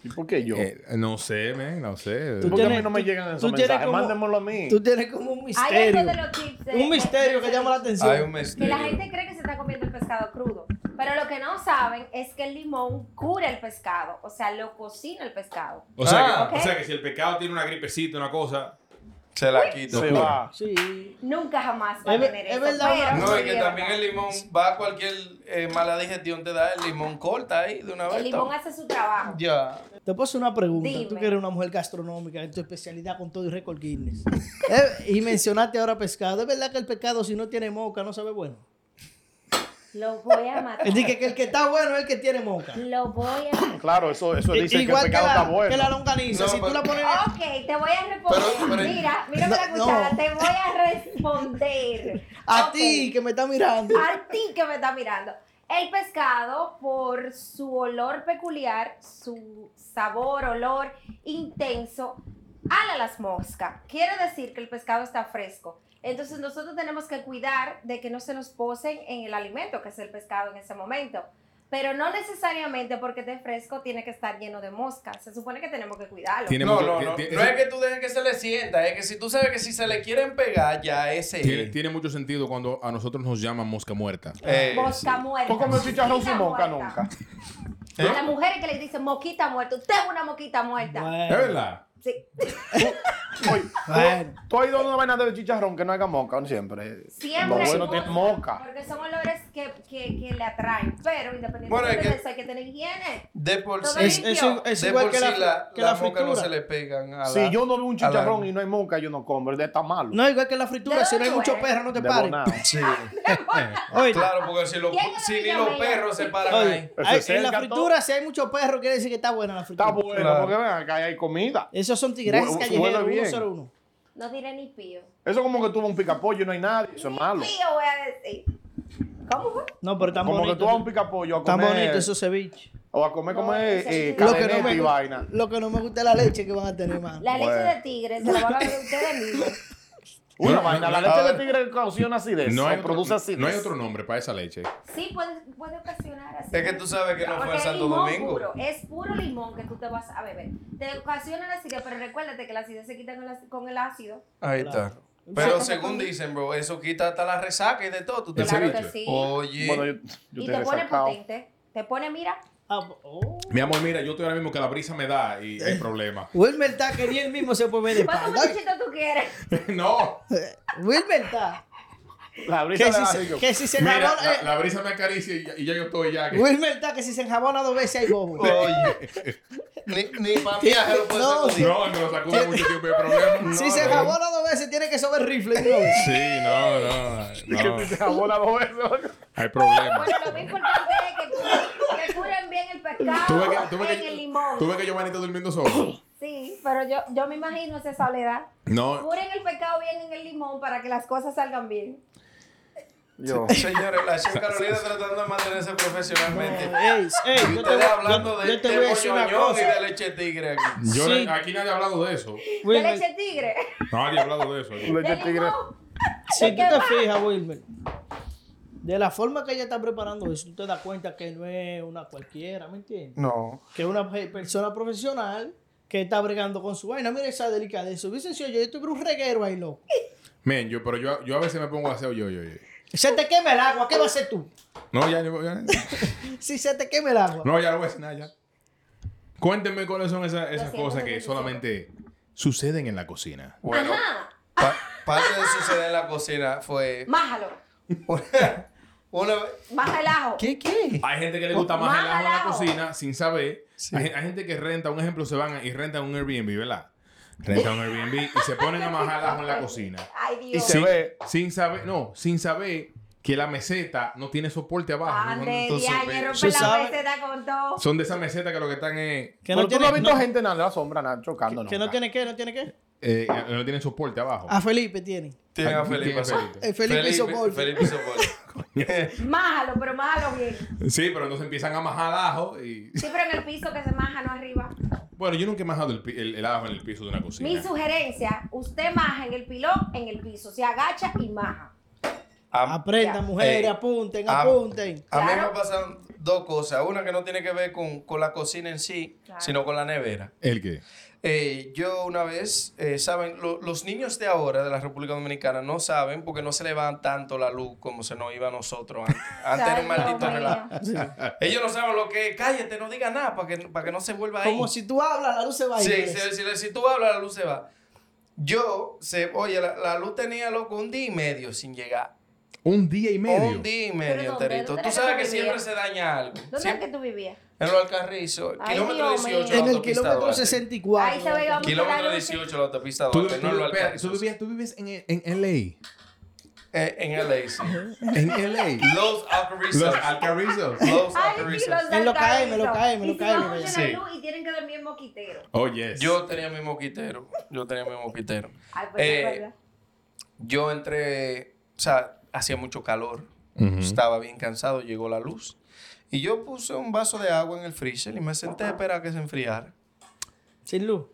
D: ¿Y por qué yo?
A: eh, no sé, men, no sé.
C: Tú
D: ¿Por qué a mí
C: tienes-
D: no me llegan
C: tú
D: esos
C: tienes
D: mensajes?
C: como-
D: Mándemelo a mí.
C: Tú tienes como un
E: Hay algo
C: misterio.
E: de los tips. de-
C: Un misterio
E: de-
C: que llama la
F: Hay un
C: atención.
E: Que la
F: misterio.
E: gente cree que se está comiendo el pescado crudo. Pero lo que no saben es que el limón cura el pescado. O sea, lo cocina el pescado.
A: O sea,
F: Ah,
A: que, o
E: ok.
A: sea que si el pecado tiene una gripecita, una cosa,
F: Se la quito.
D: Se va.
C: Sí.
E: Nunca jamás va a
C: Es ve-
E: tener
C: es
E: eso.
C: verdad,
E: pero
F: No,
E: se
F: es que
E: lleva.
F: también el limón va a cualquier eh, mala digestión, te da el limón corta ahí de una vez.
E: El limón hace su trabajo.
F: Ya.
C: Te puedo hacer una pregunta. Tú
E: Dime.
C: que eres una mujer gastronómica, en tu especialidad con todo y récord Guinness. Eh, y mencionaste ahora pescado. ¿Es verdad que el pescado, si no tiene moca, no sabe bueno?
E: Lo voy a matar.
C: Es decir, que, que el que está bueno es el que tiene moca.
E: Lo voy a matar.
D: Claro, eso, eso
C: I-
D: dice que el
C: Igual que,
D: pecado
C: la,
D: está bueno.
C: que la longaniza.
F: No,
C: si tú
F: pero-
C: la pones.
E: Ok, te voy a responder.
F: Pero- pero-
E: Mira, mírame la
C: No,
E: cuchara.
C: no.
E: Te voy a responder.
C: A
E: Ok. Ah,
C: ti que me está mirando.
E: A ti que me está mirando. El pescado, por su olor peculiar, su sabor, olor intenso, ala las moscas. Quiere decir que el pescado está fresco. Entonces nosotros tenemos que cuidar de que no se nos posen en el alimento, que es el pescado en ese momento. Pero no necesariamente porque esté fresco tiene que estar lleno de moscas. Se supone que tenemos que cuidarlo.
A: tiene
F: No,
A: mucho-
F: no,
A: ti-
F: no. No
A: ti-
F: es que tú dejes que se le sienta, es que si tú sabes que si se le quieren pegar, ya ese es.
A: Tiene, tiene mucho sentido cuando a nosotros nos llaman mosca muerta.
F: Eh,
E: Mosca muerta.
D: ¿Tú comes chicharrón
E: mosquita
D: sin moca
E: muerta.
D: nunca?
E: A las mujeres que le dicen mosquita muerta, usted es una mosquita muerta.
A: ¿Es verdad?
E: Sí.
D: Oye,
C: Bueno.
D: tú has ido a una vaina de chicharrón que no haga moca no siempre.
E: Siempre
D: Lo
E: hay
D: bueno tiene moca.
E: Porque son olores que, que, que le atraen. Pero independientemente
F: Bueno, es que-
E: de eso, hay que tener higiene.
F: de por
E: Todo
F: sí.
C: Es,
E: limpio.
C: es- es
F: de
C: igual
F: por
C: que
F: sí
C: la,
F: la,
C: que
F: la
C: la
F: moca
C: fritura.
F: no se le pegan a la...
D: Si yo no veo un
F: a la-
D: chicharrón y no hay moca, yo no como. Está malo.
C: No, igual que la fritura.
E: ¿De
C: Si no hay
E: dónde
C: mucho
E: eres?
C: perro, no te
D: De
C: pares.
D: bonao.
F: Sí.
C: Oye,
F: Claro, porque si, los-
E: ¿Quién es la
F: si ni
E: Villa
F: los
E: Bella?
F: perros se paran
C: oye,
F: ahí.
D: Eso
C: hay-
D: es
C: en la
D: cerca,
C: fritura, si hay mucho perro, quiere decir que está buena la fritura.
D: Está bueno,
F: Claro.
D: porque ven, acá hay comida.
C: Esos son tigres
D: Hue-
C: callejeros
D: huele bien.
C: 101.
E: No diré ni pío.
D: Eso como que tuvo un picapollo y no hay nadie. Eso es malo.
E: Pío voy a decir. ¿Cómo fue?
C: No, pero tan
D: Como que tú
C: bonito.
D: vas a un picapollo a
C: tan bonito
D: comer.
C: esos ceviches.
D: O a comer como
E: No,
D: es eh,
E: ese- Lo que no
D: cadeneta
C: me
D: y
C: gu-
D: vaina.
C: Lo que no me gusta es la leche que van a tener, más.
E: La leche
D: Bueno.
E: de tigre se la van a beber ustedes mismos.
D: Una
A: No,
D: vaina,
A: no,
D: la
A: no,
D: leche
A: a
D: de
A: ver.
D: tigre ocasiona acidez.
A: No
D: o
A: hay, otro,
D: pues, produce acidez.
A: no hay otro nombre para esa leche.
E: Sí, puede, puede ocasionar así.
F: Es que tú sabes que no fue
E: Porque
F: en
E: es
F: Santo
E: limón
F: Domingo.
E: Puro, es puro limón que tú te vas a beber. Te ocasiona la acidez, pero recuérdate que la acidez se quita con, la- con el ácido.
F: Ahí está. Pero según dicen, bro, eso quita hasta la resaca y de todo. ¿Tú te
A: El
E: claro
F: acuerdas?
E: que
A: ceviche.
E: sí.
F: Oye,
D: Bueno, yo, Oh, yo
E: y
D: te
E: te
D: he
E: pone
D: sacado.
E: potente. Te pone, mira,
C: Ah, oh.
A: Mi amor, mira, yo estoy ahora mismo que la brisa me da y hay problema.
C: Wilmer está que ni él mismo se puede ver de
E: ¿cuánto
C: espalda.
E: muchachito tú quieres?
A: no.
C: Wilmer está.
D: La brisa
C: Que
D: de la
C: si, se-
D: rico.
C: que si se
A: Mira,
C: enjabona.
A: la,
C: eh,
A: la brisa me acaricia y, ya- y ya yo estoy ya. que-
C: Wilmer está que si se enjabona dos veces hay bobo.
F: oye. ni ni para viaje lo puedes
C: No,
F: sacudir.
A: No, me lo sacude mucho tiempo de problema.
C: si se enjabona dos veces tiene que sobre rifle. de una vez.
A: Sí, no, no.
D: Que si se abola dos veces.
A: Hay problema.
E: Bueno, lo más importante es que, cu- que curen bien el pescado
A: Tuve que, tuve
E: en
A: que,
E: el limón.
A: tuve que Giovanni está durmiendo solo.
E: Sí, pero yo, yo me imagino esa soledad.
A: No,
E: Curen el pescado bien en el limón para que las cosas salgan bien.
D: Yo.
F: Señores, la Chef Carolina tratando de mantenerse profesionalmente.
C: Ey, ey,
F: Y
C: yo te voy
F: ustedes
C: a-
F: hablando
C: yo-
F: de,
C: yo te
F: de
C: voy a decir una
F: moñoñón y
C: cosa.
F: de leche tigre aquí.
A: yo
C: Sí.
A: le- aquí nadie ha hablado de eso.
E: De
C: Wilmer,
E: leche tigre.
A: Nadie ha hablado de eso.
D: Leche
E: De
D: tigre.
E: limón.
C: Si
E: ¿De
C: tú
E: qué
C: te
E: va?
C: fijas, Wilmer, de la forma que ella está preparando eso, tú te das cuenta que no es una cualquiera, ¿me entiendes?
F: No.
C: Que es una pe- persona profesional que está bregando con su vaina. Mira esa delicadeza. Hubiese sido yo, yo tuviera un reguero ahí, loco.
A: Men, yo, pero yo, yo a veces me pongo a hacer yo, yo, yo.
C: Se te quema el agua, ¿qué vas a hacer tú?
A: No, ya, yo- ya.
C: Si se te quema el agua.
A: No, ya no voy a decir nada, ya. Cuéntenme cuáles son esas, esas
E: siento,
A: cosas
E: lo
A: que
E: siento.
A: solamente suceden en la cocina.
F: Bueno,
E: Ajá.
F: pa- parte de suceder en la cocina fue.
E: Májalo.
F: Una, una vez-
E: Baja el ajo.
F: ¿Qué, qué?
A: Hay gente que le gusta más el
E: Más
A: ajo en la
E: ajo.
A: cocina sin saber.
F: Sí.
A: Hay, hay gente que renta, un ejemplo, se van y rentan un Airbnb, ¿verdad? Rentan un Airbnb y se ponen a majar el ajo en la cocina.
E: Ay,
D: Y
E: Dios.
D: se
A: Sí.
D: ve.
A: Sin saber, no, sin saber que la meseta no tiene soporte abajo. eh,
E: Ande,
A: Son-
E: diañe,
C: Tú
E: Ah, rompe la
C: sabes.
E: meseta con todo.
A: Son de esas mesetas que lo que están es.
C: Que
D: Pero
C: no
D: tú no
C: tiene
D: has visto
C: no-
D: gente en la sombra, nada, chocando.
C: que no tiene qué, no tiene qué.
A: eh, que no tienen soporte abajo.
C: A Felipe tiene.
F: Tienen a
A: Ay, tienen
F: Felipe.
A: a
F: Felipe.
C: Eh, Felipe hizo gol.
F: Felipe hizo gol.
E: Májalo, pero májalo bien.
A: Sí, pero entonces empiezan a majar ajo y.
E: Sí, pero en el piso que se maja, no arriba.
A: Bueno, yo nunca he majado el, pi- el- el ajo en el piso de una cocina.
E: Mi sugerencia, usted maja en el pilón, en el piso. Se agacha y maja.
F: A,
C: Aprendan, mujeres,
F: Ey.
C: apunten,
F: Ah.
C: apunten.
F: a mí me
E: Claro.
F: pasan dos cosas. Una que no tiene que ver con, con la cocina en sí,
E: Claro.
F: sino con la nevera.
A: ¿El qué?
F: Eh, yo una vez, eh, saben, Lo- los niños de ahora de la República Dominicana no saben porque no se le va tanto la luz como se nos iba a nosotros antes. Antes era un
E: Ay, Dios
F: maldito
E: mío.
F: relajo. Ellos no saben lo que es. Cállate, no diga nada para que, para que no se vuelva ahí.
C: Como si tú hablas, la luz se va a ir.
F: Sí, si, si, si tú hablas, la luz se va. Yo, se, oye, la, la luz tenía loco un día y medio sin llegar.
A: Un día y medio.
F: Un día y
E: Pero
F: medio
E: ¿dónde?
F: enterito.
E: ¿Dónde
F: Tú
E: era
F: sabes
E: que
F: que
E: tú
F: siempre
E: vivías?
F: se daña algo.
E: ¿Dónde es
F: Siempre-
E: que tú vivías?
F: En los Alcarrizos,
E: Ay,
F: kilómetro
E: Dios
F: 18.
E: mío.
F: la
C: En el
F: autopista
C: kilómetro
F: Duarte.
C: 64.
E: Ahí se veía mucho la
F: Kilómetro
E: luz.
F: 18 la autopista
A: Tú,
F: Duarte,
A: tú-
F: no lo
A: espera, tú
F: Alcarrizos.
A: vivías, tú vives en, en, en LA.
F: Eh, En el AC.
A: En LA.
F: Los
A: Los
F: Alcarrizos.
A: Alcarrizos.
F: Los
E: Ay, sí,
F: Alcarrizos.
E: los
C: En lo cae, me lo
E: alcarrizos.
C: cae, me lo
E: Y si
C: cae,
E: no
C: me lo
E: funciona
F: cae.
E: la luz y tienen que dormir en moquitero.
A: Oh, yes.
F: Yo tenía mi moquitero. Yo tenía mi moquitero.
E: Ay, pues,
F: Eh,
E: es verdad.
F: Yo entré, o sea, hacía mucho calor, estaba bien cansado, llegó la luz. Y yo puse un vaso de agua en el freezer y me senté a esperar a que se enfriara.
C: Sin luz.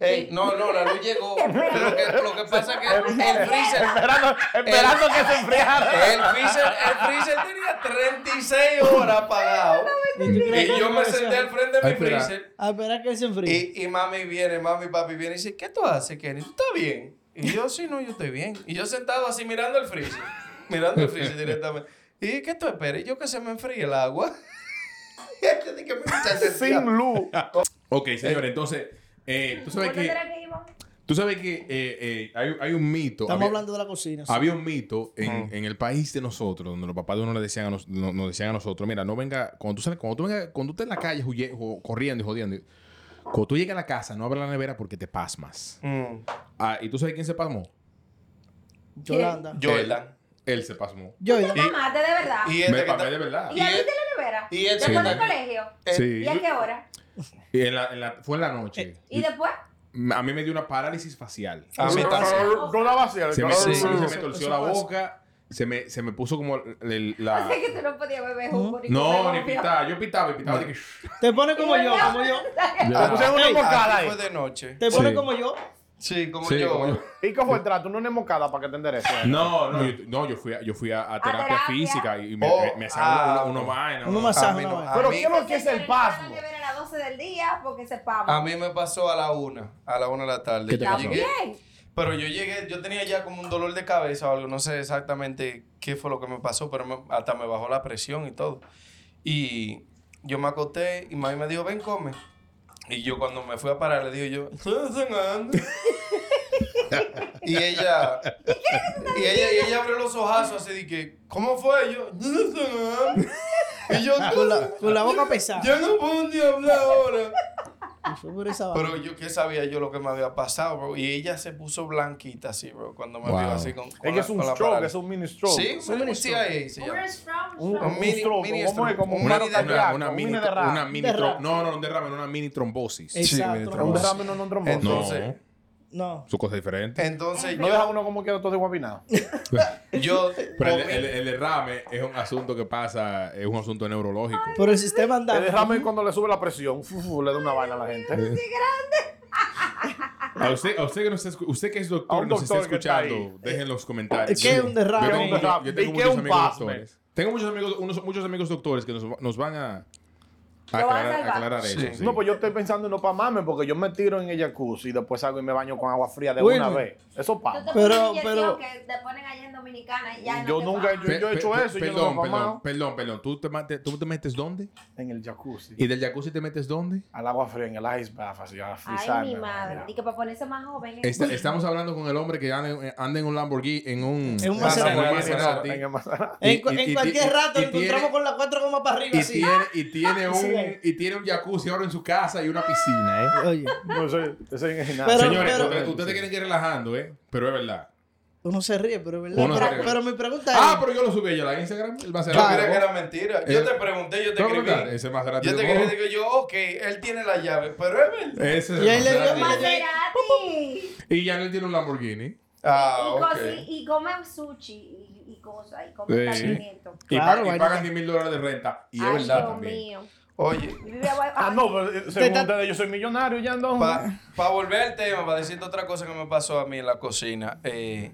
F: Ey, no, no, la luz llegó. Pero lo que, lo que pasa es que el freezer,
D: Esperando, esperando que se enfriara.
F: el freezer, el freezer tenía 36 horas apagado.
C: ¿Y tú crees
F: Y
C: que
F: yo
C: no
F: me
C: lo
F: senté
C: sea?
F: al frente de
A: Ay,
F: mi
A: espera.
F: freezer.
C: A esperar Ah, que se enfríe.
F: Y, y mami viene, mami, papi viene y dice, ¿qué tú haces, Kenny? ¿Tú estás bien? Y yo, sí, no, yo estoy bien. Y yo sentado así mirando el freezer, mirando el freezer directamente. ¿Y qué tú esperas? Y yo que se me enfríe el agua. Y yo dije, "Muchacha,
D: Sin
F: tía".
D: luz.
C: Ah,
A: Ok, señores, entonces, eh, tú sabes
E: ¿Por dónde
A: que,
E: era que íbamos?
A: tú sabes que eh, eh, hay, hay un mito.
C: Estamos
A: había,
C: hablando de la cocina. sí.
A: había un mito en, en el país de nosotros, donde los papás de uno le decían a nos, no- nos decían a nosotros, mira, no venga, cuando tú sales, cuando tú venga, cuando tú estés en la calle huye- jo- corriendo y jodiendo, cuando tú llegues a la casa, no abras la nevera porque te pasmas.
F: Mm,
A: Ah, ¿y tú sabes quién se pasmó?
C: Yolanda.
F: Jordan.
A: Él se pasmó.
E: Te
C: Yolanda.
E: mamaste de verdad.
F: Y
A: Me
F: este que
A: pasmé
F: está-
A: de verdad.
E: ¿Y abriste
F: y-
E: la nevera?
F: y este
E: ¿Después
A: que
E: del
F: está-
E: colegio?
A: Sí.
E: ¿Y a qué hora?
A: Y en la- en la- fue en la noche.
E: ¿Y después?
A: a mí me dio una parálisis facial.
F: A
D: Ah,
F: mí también.
D: No la vacía.
A: Se me,
F: Sí.
A: se me
C: Eso-
A: torció
C: eso
A: la
C: pasa.
A: boca, se me, se me puso como el- el-
E: O
A: la...
E: sea que tú no podías beber jugo
A: No,
E: comer
A: ni
E: gofio.
A: pitaba. Yo pitaba y pitaba. de que-
C: Te pone como yo, como yo.
D: Puse una
C: Ah,
A: Ah,
C: Ey,
D: moscada
F: Aquí
D: ahí.
F: fue de noche.
C: Te pone
A: Sí.
C: como yo.
F: Sí, como
A: Sí,
F: yo.
A: como yo.
D: ¿Y qué fue el trato? Una nemocada para que te endereces.
A: No, no, yo, no, yo fui a, yo fui a, a terapia,
E: terapia.
A: física y me,
F: Oh,
A: me, me hacían
F: ah,
A: uno, uno vaina,
C: Uno
A: ¿no?
C: más
F: A
C: sano,
F: mí no-
C: ¿no?
F: a
D: Pero
F: mí-
D: ¿qué es lo que es el pasmo?
E: que ver a las 12 del día porque se
F: A
E: pavo.
F: mí me pasó a la una, a la una de la tarde.
G: ¿Qué te
F: Yo
G: pasó?
F: llegué-
E: Bien.
F: pero yo llegué, yo tenía ya como un dolor de cabeza o algo, no sé exactamente qué fue lo que me pasó, pero me- hasta me bajó la presión y todo. Y yo me acosté y mami me dijo, ven, come. Y yo cuando me fui a parar le digo yo, estoy desayunando". y ella, y ella, y ella abrió los ojazos así de que, ¿cómo fue? Y yo, "Estoy desayunando". y yo,
C: Con la, con la boca pesada.
F: yo no puedo ni hablar ahora.
C: Y fue por esa vaina.
F: Pero yo qué sabía yo lo que me había pasado, bro. Y ella se puso blanquita así, bro, cuando me
G: Wow.
F: vio así con, con
D: Es que
F: la-
D: es un
F: con la
D: stroke, es
F: parálisis.
D: un mini stroke.
F: Sí, un mini CIA se llama.
E: We're strong,
D: Un,
E: strong.
D: un stroke,
F: mini
D: ¿cómo es?
F: stroke.
D: Como un
F: Una-
D: paro
F: una-
D: cardíaco,
A: una
D: un
A: mini,
D: mini
A: tro-
D: derrame.
A: una mini
C: Derrame.
A: tro- no, no, un derrame, no, una mini trombosis.
C: Exacto.
F: me
D: Un
C: trombosis.
D: derrame no es un trombosis.
F: No.
D: No,
F: Entonces-
C: No.
A: Su cosa diferente.
F: Entonces
D: deja uno como quiera todo guapinado.
F: yo, yo
A: Pero el,
F: comí-
A: el- el derrame es un asunto que pasa, es un asunto neurológico.
C: Pero el sistema anda.
D: El derrame es cuando le sube la presión, fu, fu, le da una vaina a la gente.
A: A usted, a usted que nos está escu- usted que es
D: A
A: doctor,
D: un
A: nos está
D: doctor que está Eh,
A: escuchando, dejen los comentarios.
C: ¿Qué es un derrame?
A: Yo
D: ¿Qué es
A: tengo,
D: un derrame?
A: yo tengo
D: ¿Y qué
A: muchos
D: es un
A: amigos
D: pasme?
A: doctores. Tengo muchos amigos, unos, muchos amigos doctores que nos, nos van a a
E: Lo van a
A: aclarar,
E: salvar.
A: aclarar eso.
F: Sí.
A: sí.
D: No, pues yo estoy pensando en no para mames, porque yo me tiro en el jacuzzi y después salgo y me baño con agua fría de
C: Uy,
D: una
C: uy.
D: vez. Eso
E: Tú
D: pasa.
E: te
C: Pero-
E: pones inyección
C: pero-
E: que te ponen allá en Dominicana y ya no
D: Yo
E: te
D: nunca-
E: pagan.
D: yo- he hecho eso,
A: Perdón,
D: yo no me he
A: perdón,
D: mamado.
A: perdón, perdón. ¿Tú te, mate- ¿Tú te metes dónde?
D: En el jacuzzi.
A: ¿Y del jacuzzi te metes dónde?
D: Al agua fría, en el ice bath, así a
E: Ay,
D: frizarme,
E: mi
D: la
E: madre.
D: vaina.
E: Y que para ponerse más joven. ¿eh?
A: Está- estamos hablando con el hombre que anda, anda en un Lamborghini, en un,
C: En un
A: en
D: Pasa
C: Maserati.
D: por ahí,
A: Maserati.
D: en el Maserati.
A: Y-
C: En, cu-
A: y-
C: en
A: y-
C: cualquier
A: y-
C: rato
A: y
C: lo encontramos
A: tiene-
C: con la cuatro gomas para arriba.
A: Y
C: así.
A: tiene, y, tiene
C: Sí,
A: un,
C: ahí.
A: y tiene un jacuzzi ahora en su casa y una piscina, ¿eh?
C: Oye,
D: No, eso es- eso es en el gimnasio.
C: Pero-
A: Señores,
C: pero-
A: ustedes, ustedes quieren ir relajando, ¿eh? Pero es verdad.
C: uno se ríe, pero es verdad.
A: Uno se
C: Pero,
A: ríe.
C: pero mi pregunta es.
A: Ah, pero yo lo subí ayer a la Instagram. El
F: yo
A: Maserati.
C: Claro.
F: creía que era mentira. Yo
A: Eh,
F: te pregunté, yo te
A: ¿Tú me preguntaste?
F: escribí.
A: Ese Maserati.
F: Yo te
A: de-
F: escribí y digo yo, ok, él tiene la llave, pero es verdad.
A: Ese es
C: Y
A: el
C: ahí le dio
A: Maserati.
C: más-
E: Maserati.
A: Y ya él tiene un Lamborghini.
F: Ah,
E: y, cosi-
F: ok.
E: y come sushi y, y cosas, y come
A: Sí.
E: establecimiento.
A: Y,
C: Claro,
A: pa- y
C: bueno.
A: pagan 10 mil dólares de renta. Y es
E: Ay,
A: verdad
E: Dios
A: también.
E: mío.
F: Oye,
E: Yo voy a-
D: Ah, no, pero eh, según
C: Te-
D: ustedes, yo soy millonario ya entonces.
F: para volver al tema, para decirte otra cosa que me pasó a mí en la cocina. eh,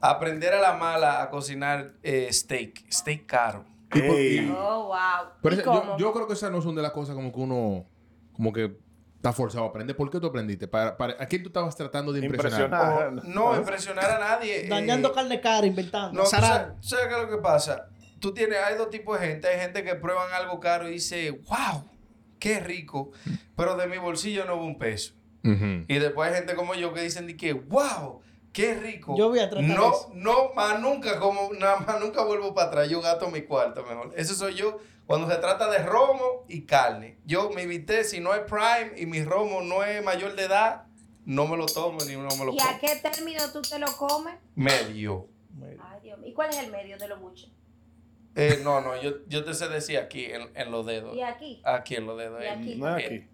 F: aprender a la mala a cocinar eh, steak. Steak caro.
A: Y por-
D: Ey.
A: y-
E: Oh, wow.
A: pero
E: ¿Y
A: ese-
E: cómo?
A: yo, yo creo que esas no son de las cosas como que uno. Como que está forzado a aprender. ¿Por qué tú aprendiste? Para, para, ¿A quién tú estabas tratando de impresionar?
D: Impresionar.
F: No, impresionar a nadie. eh,
C: Dañando carne cara, inventando.
F: No, tú ¿sabes,
C: Sarán.
F: ¿sabes qué es lo que pasa? Tú tienes, hay dos tipos de gente. Hay gente que prueban algo caro y dice, wow, qué rico, pero de mi bolsillo no hubo un peso.
A: Ujú.
F: Y después hay gente como yo que dicen de que, wow, qué rico.
C: Yo voy a tratar
F: No,
C: eso.
F: no, más nunca, como, nada más nunca vuelvo para atrás. Yo gato mi cuarto mejor. Eso soy yo cuando se trata de romo y carne. Yo me invité, si no es prime y mi romo no es mayor de edad, no me lo tomo ni no me lo
E: ¿Y a
F: como.
E: qué término tú te lo comes?
F: Medio.
E: Ay, Dios mío. ¿Y cuál es el medio de lo mucho?
F: Eh, no, no, yo, yo te sé decir aquí en, en los dedos.
E: Y aquí,
F: Aquí en los dedos. eh.
E: Y
F: en-
E: aquí.
D: No es aquí.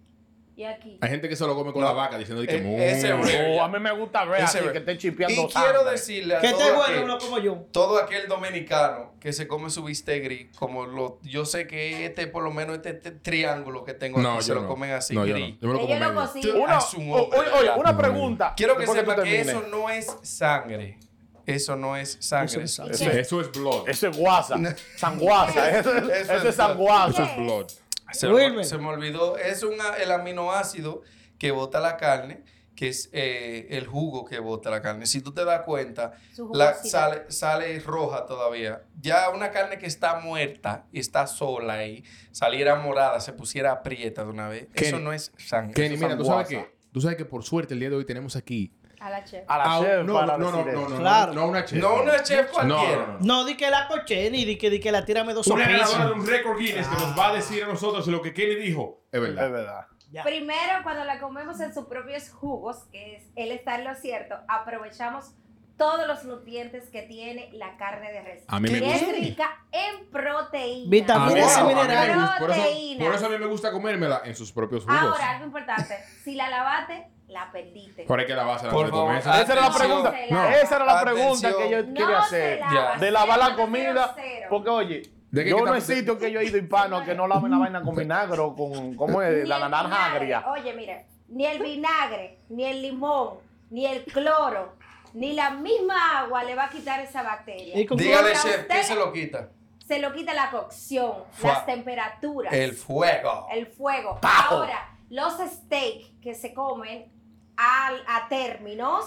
E: y aquí.
A: Hay gente que se lo come con
F: No.
A: la vaca diciendo de que.
F: Eh,
A: "Mu".
F: ese
D: Oh,
F: Ese-
D: a mí me gusta ver
F: ese-
D: así que esté chipeando.
F: Y Ah, quiero
D: sangre.
F: decirle a
C: Que
F: todo
C: esté bueno
A: eh,
F: aquel-
C: uno como yo.
F: todo aquel dominicano que se come su bistec gris, como lo, yo sé que este, por lo menos este, este triángulo que tengo
A: No,
F: aquí,
A: yo
F: se lo
A: no.
F: comen así
A: No, yo no.
F: gris.
A: Yo me lo como
E: Ellos lo
A: medio.
E: cocinan.
F: Tú-
D: Una,
F: a su hombre,
D: oye, oye, una
F: Mm.
D: pregunta.
F: Quiero que
D: después tú
F: sepa que
D: termines.
F: eso no es sangre. Eso no es sangre.
C: Eso
E: es
F: Eso
E: sangre.
A: Eso es blood.
D: Eso es guasa. Sanguasa. Eso,
F: Eso es-
D: eso es sanguasa.
A: Eso es blood.
F: Se,
C: Wilmer.
F: se me olvidó. Es una- el aminoácido que bota la carne, que es eh, el jugo que bota la carne. Si tú te das cuenta,
E: Su
F: la
E: jugosidad.
F: sale, sale roja todavía. Ya una carne que está muerta y está sola ahí, saliera morada, se pusiera prieta de una vez.
A: Kenny.
F: Eso no es sangre.
A: Kenny,
F: Eso es
A: mira, tú sabes
F: sanguaza.
A: que. Tú sabes que por suerte el día de hoy tenemos aquí.
E: A la chef.
D: A la
A: a un-
D: chef
A: Ah, no, no,
D: para
A: no, no,
D: decir
A: no,
D: eso.
A: no,
C: Claro.
A: no, una chef.
F: No, una chef
A: No, no,
F: cualquiera.
A: no, no.
C: No di que la coché ni di que, di que la tírame dos
A: Una
C: sopes.
A: ganadora de un récord Guinness que
D: Ah.
A: nos va a decir a nosotros lo que Kelly dijo. Es
D: Es
A: verdad.
D: verdad.
C: Ya.
E: Primero, cuando la comemos en sus propios jugos, que es el estar lo cierto, aprovechamos todos los nutrientes que tiene la carne de res.
A: A mí me
E: que es
A: gusta.
E: rica en proteína.
A: A mí-
C: Vitaminas
A: Ah, a
C: y
A: mí me
C: minerales.
A: gusta- por, eso,
E: Proteínas.
A: por eso a mí me gusta comérmela en sus propios jugos.
E: Ahora, algo importante, si la lavaste, la perdiste.
A: Ahora hay que lavarse la
F: Por
A: de
F: favor,
A: comerse.
F: ah,
D: Esa era la
E: No,
D: pregunta.
E: se lava.
D: Esa era la
F: Atención.
D: pregunta que yo
E: No
D: quería
E: se
D: hacer.
E: lava.
D: De lavar la
E: Cero,
D: comida.
E: cero.
D: Porque, oye,
A: ¿De qué que
D: yo no
A: estamos- de-
D: sitio que yo he ido hispano que no laven la vaina con vinagre o con, ¿cómo
E: Ni
D: es? La
E: el oh.
D: naranja
E: vinagre.
D: agria.
E: Oye, mira, ni el vinagre, ni el limón, ni el cloro, ni la misma agua le va a quitar esa bacteria.
C: Y con-
F: Dígale,
E: Para
F: chef, ¿qué
E: usted-
F: se lo quita?
E: Se lo quita la cocción,
F: Fua.
E: las temperaturas,
F: El fuego.
E: el fuego. Ahora, los steak que se comen al- a términos,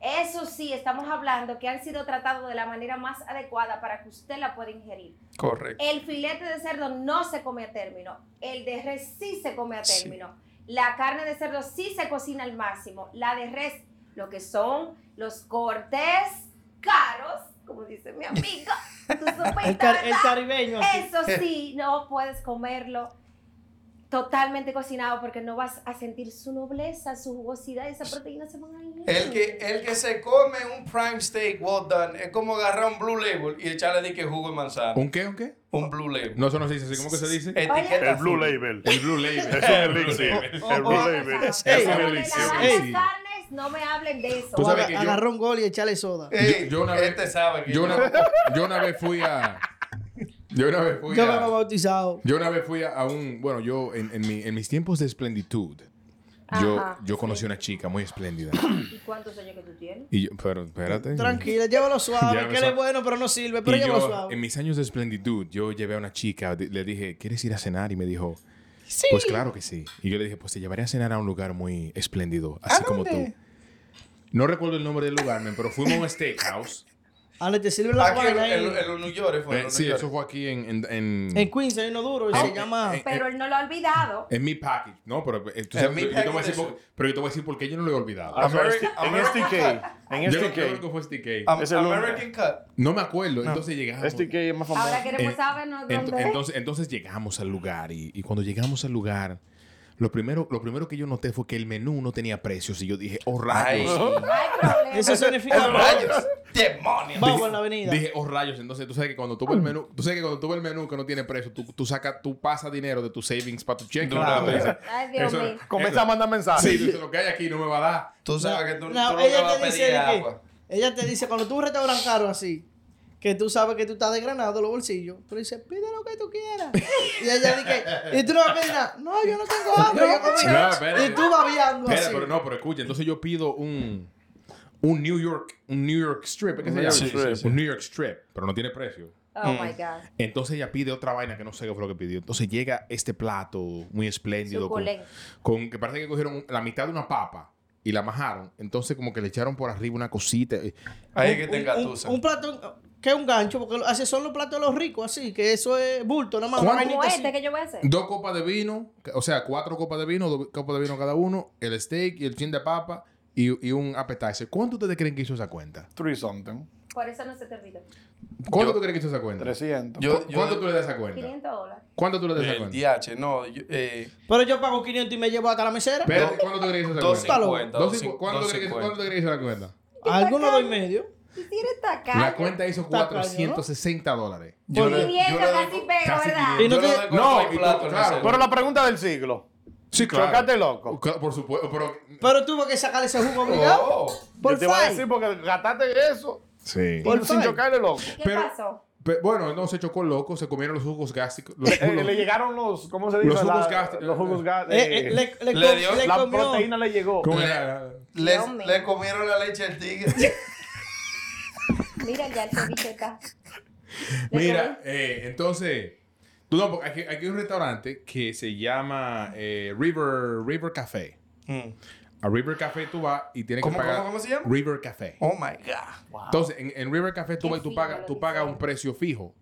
E: eso sí, estamos hablando que han sido tratados de la manera más adecuada para que usted la pueda ingerir.
F: Correcto.
E: El filete de cerdo no se come a término. El de res sí se come a
F: Sí.
E: término. La carne de cerdo sí se cocina al máximo. La de res, lo que son los cortes caros, como dice mi amigo. Tú supiste,
C: El, car-
E: ¿verdad?
C: el caribeño. así.
E: Eso sí, no puedes comerlo totalmente cocinado porque no vas a sentir su nobleza, su jugosidad, esa proteína se van a ir.
F: El que, el que se come un prime steak well done es como agarrar un blue label y echarle de que jugo de manzana.
A: ¿Un qué? ¿Un qué?
F: Un blue label.
A: No, eso no se dice así. ¿Cómo que se
C: Eh,
A: dice?
E: Oye.
F: Etiqueta
H: El Blue
F: azul.
H: Label.
A: El Blue Label.
H: Es un elixir.
E: Oh,
H: El Blue
E: Vamos a
H: Label.
E: hablar.
H: Es
E: Como
H: un
E: de
H: elixir.
E: lavar
C: Ey.
E: las carnes, no me hablen de eso.
A: Tú
C: O
A: sabes
C: aga-
A: que yo- Eh,
C: agarrar un gol y echarle soda.
F: Ey,
A: Yo- yo una vez-
F: este sabe que
A: Yo
C: eh.
A: una, yo una vez fui a. Yo una vez fui
C: Yo me he
A: a.
C: bautizado.
A: Yo una vez fui a, a un. Bueno, yo en, en mi- en mis tiempos de esplenditud, yo,
E: Ajá,
A: yo conocí a una chica muy espléndida.
E: ¿Y cuántos años que tú tienes?
A: Y yo, pero espérate.
C: Tranquila, llévalo suave.
A: Llévalo
C: Que él es
A: suave.
C: bueno, pero no sirve. Pero
A: Y
C: llévalo
A: yo,
C: suave.
A: en mis años de esplenditud, yo llevé a una chica, di- le dije, ¿quieres ir a cenar? Y me dijo, Pues claro que sí. Y yo le dije, pues te llevaré a cenar a un lugar muy espléndido, así como tú. No recuerdo el nombre del lugar, men, pero fuimos a un steakhouse.
C: Ale, Ah, te sirve
A: Ah,
C: la
F: Aquí en,
C: vaina ahí.
F: en- en los New York fue. en
A: Eh,
F: los
A: sí,
F: New York.
A: eso fue aquí en... En, en,
C: En Queens hay uno duro y
A: Ah,
C: se
A: eh,
C: llama.
A: eh,
E: Pero él no lo ha olvidado.
A: en mi package, ¿no? Pero, eh, tú
F: En
A: sabes,
F: mi
A: yo te voy a
F: package
A: decir
F: eso.
A: por- pero yo te voy a decir por qué yo no lo he olvidado.
D: Ah, pero
F: American-
D: en STK. En
A: yo no- yo creo
D: STK.
A: que fue STK.
F: Am-
D: Es el hombre.
F: American Cut.
A: no me acuerdo, entonces llegamos...
D: STK es más famoso.
E: Ahora queremos
A: Eh,
E: saber ¿no?
A: Ent-
E: dónde.
A: entonces, entonces llegamos al lugar y, y cuando llegamos al lugar, lo primero, lo primero que yo noté fue que el menú no tenía precios y yo dije, oh
F: Ay,
A: rayos.
E: no hay problema.
A: eh,
C: Eso significa.
F: rayos. Demonios.
C: Vamos en la avenida.
A: Dije, oh rayos, entonces tú sabes que cuando tú ves el menú, tú sabes que cuando tú ves el menú que no tiene precio, tú, tú sacas, tú pasas dinero de tus savings para tu cheque.
F: Claro.
E: Ay, Dios
A: Eso-
E: mío.
D: Comienza a mandar mensajes.
A: Sí, dice, lo que hay aquí no me va a dar.
F: Tú sabes que tú,
C: No,
F: tú nunca
C: ella
F: vas a
C: te dice
F: pedir
C: de que-
F: agua.
C: Ella te dice, cuando tú vas a un restaurante caro así, que tú sabes que tú estás desgranado de los bolsillos, tú le dices, pide lo que tú quieras. y ella dice, y tú no vas a pedir nada. No, yo no tengo hambre, yo comí.
A: No, espérate.
C: y tú babiando
A: Espera,
C: así.
A: pero no, pero escucha, entonces yo pido un un New York, un New York strip, ¿qué se
D: New
A: llama?
D: York strip, sí.
A: Un New York strip, pero no tiene precio.
E: Oh my God.
A: Entonces ella pide otra vaina que no sé qué fue lo que pidió. Entonces llega este plato muy espléndido con,
E: Suculento.
A: con- que parece que cogieron la mitad de una papa y la majaron. Entonces como que le echaron por arriba una cosita. eh,
F: Ahí es que te
C: un,
F: engatusan.
C: un plato, que es un gancho, porque lo- así son los platos de los ricos, así, que eso es bulto, nada más.
A: ¿Cuánto?
C: una vainita
E: Como
C: así.
E: este que yo voy a hacer.
A: Dos copas de vino, o sea, cuatro copas de vino, dos copas de vino cada uno, el steak y el chin de papa y, y un appetizer. ¿Cuánto ustedes creen que hizo esa cuenta?
D: Three something.
E: Por eso no se te olvida.
A: ¿Cuánto
F: Yo-
A: tú crees que hizo esa cuenta?
D: 300.
F: Yo-
A: ¿Cu- ¿Cuánto tú le das esa cuenta?
E: 500 dólares.
A: ¿Cuánto tú le das esa
F: El
A: cuenta?
F: DH, no. yo- eh,
C: Pero yo pago 500 y me llevo hasta la mesera.
A: Espérate, ¿cuánto tú crees que hizo esa cuenta?
F: 250.
A: Dos cincu- ¿Cuánto crees que-
F: 250.
A: cuánto tú crees que hizo la cuenta?
C: Algunos doy medio.
E: Y tiene esta
A: La
E: cara.
A: cuenta hizo
C: Está cañón,
A: 460 dólares.
F: Yo le- yo le
E: 500
F: doy-
E: casi pego,
A: casi
E: ¿verdad?
C: Y no
F: yo le
C: te-
F: doy con
A: No,
F: seis
A: y tú-
F: platos,
A: claro.
F: no sé.
D: Pero la pregunta del siglo.
A: Sí,
D: Chocate loco.
A: Claro, Por supuesto, pero...
C: Pero tuve que sacar ese jugo obligado.
F: Oh.
C: Por
D: Yo te voy a
C: favor.
D: decir porque gastaste eso
A: Sí.
C: Por
D: sin
C: favor.
D: chocarle loco.
E: ¿Qué
A: Pero-
E: pasó?
A: Pe- bueno, no, se chocó el loco, se comieron los jugos gástricos. Los
D: Eh, le
A: jugos-
D: llegaron los, ¿cómo se dice?
A: Los jugos
D: La-
A: gástricos.
D: Los jugos gas-
C: Eh, eh,
D: eh,
C: le, le
F: Le
C: com-
F: dio
C: le
D: la
C: comió.
D: proteína le llegó.
A: ¿Cómo era?
F: Les-
E: Dios mío.
F: le comieron la leche al tigre.
E: Mira, ya el ceviche está. Le
A: Mira, eh, entonces, tú no, porque aquí, aquí hay un restaurante que se llama eh, River, River Café. A River Café tú vas y tienes
F: Mm. ¿Cómo,
A: que pagar.
F: cómo, cómo se llama?
A: River Café.
F: Oh my God.
A: Entonces, en, en River Café tú
E: Qué
A: vas y tú
E: fino
A: pagas
E: lo
A: tú
E: que
A: pagas
E: hicieron.
A: un precio fijo.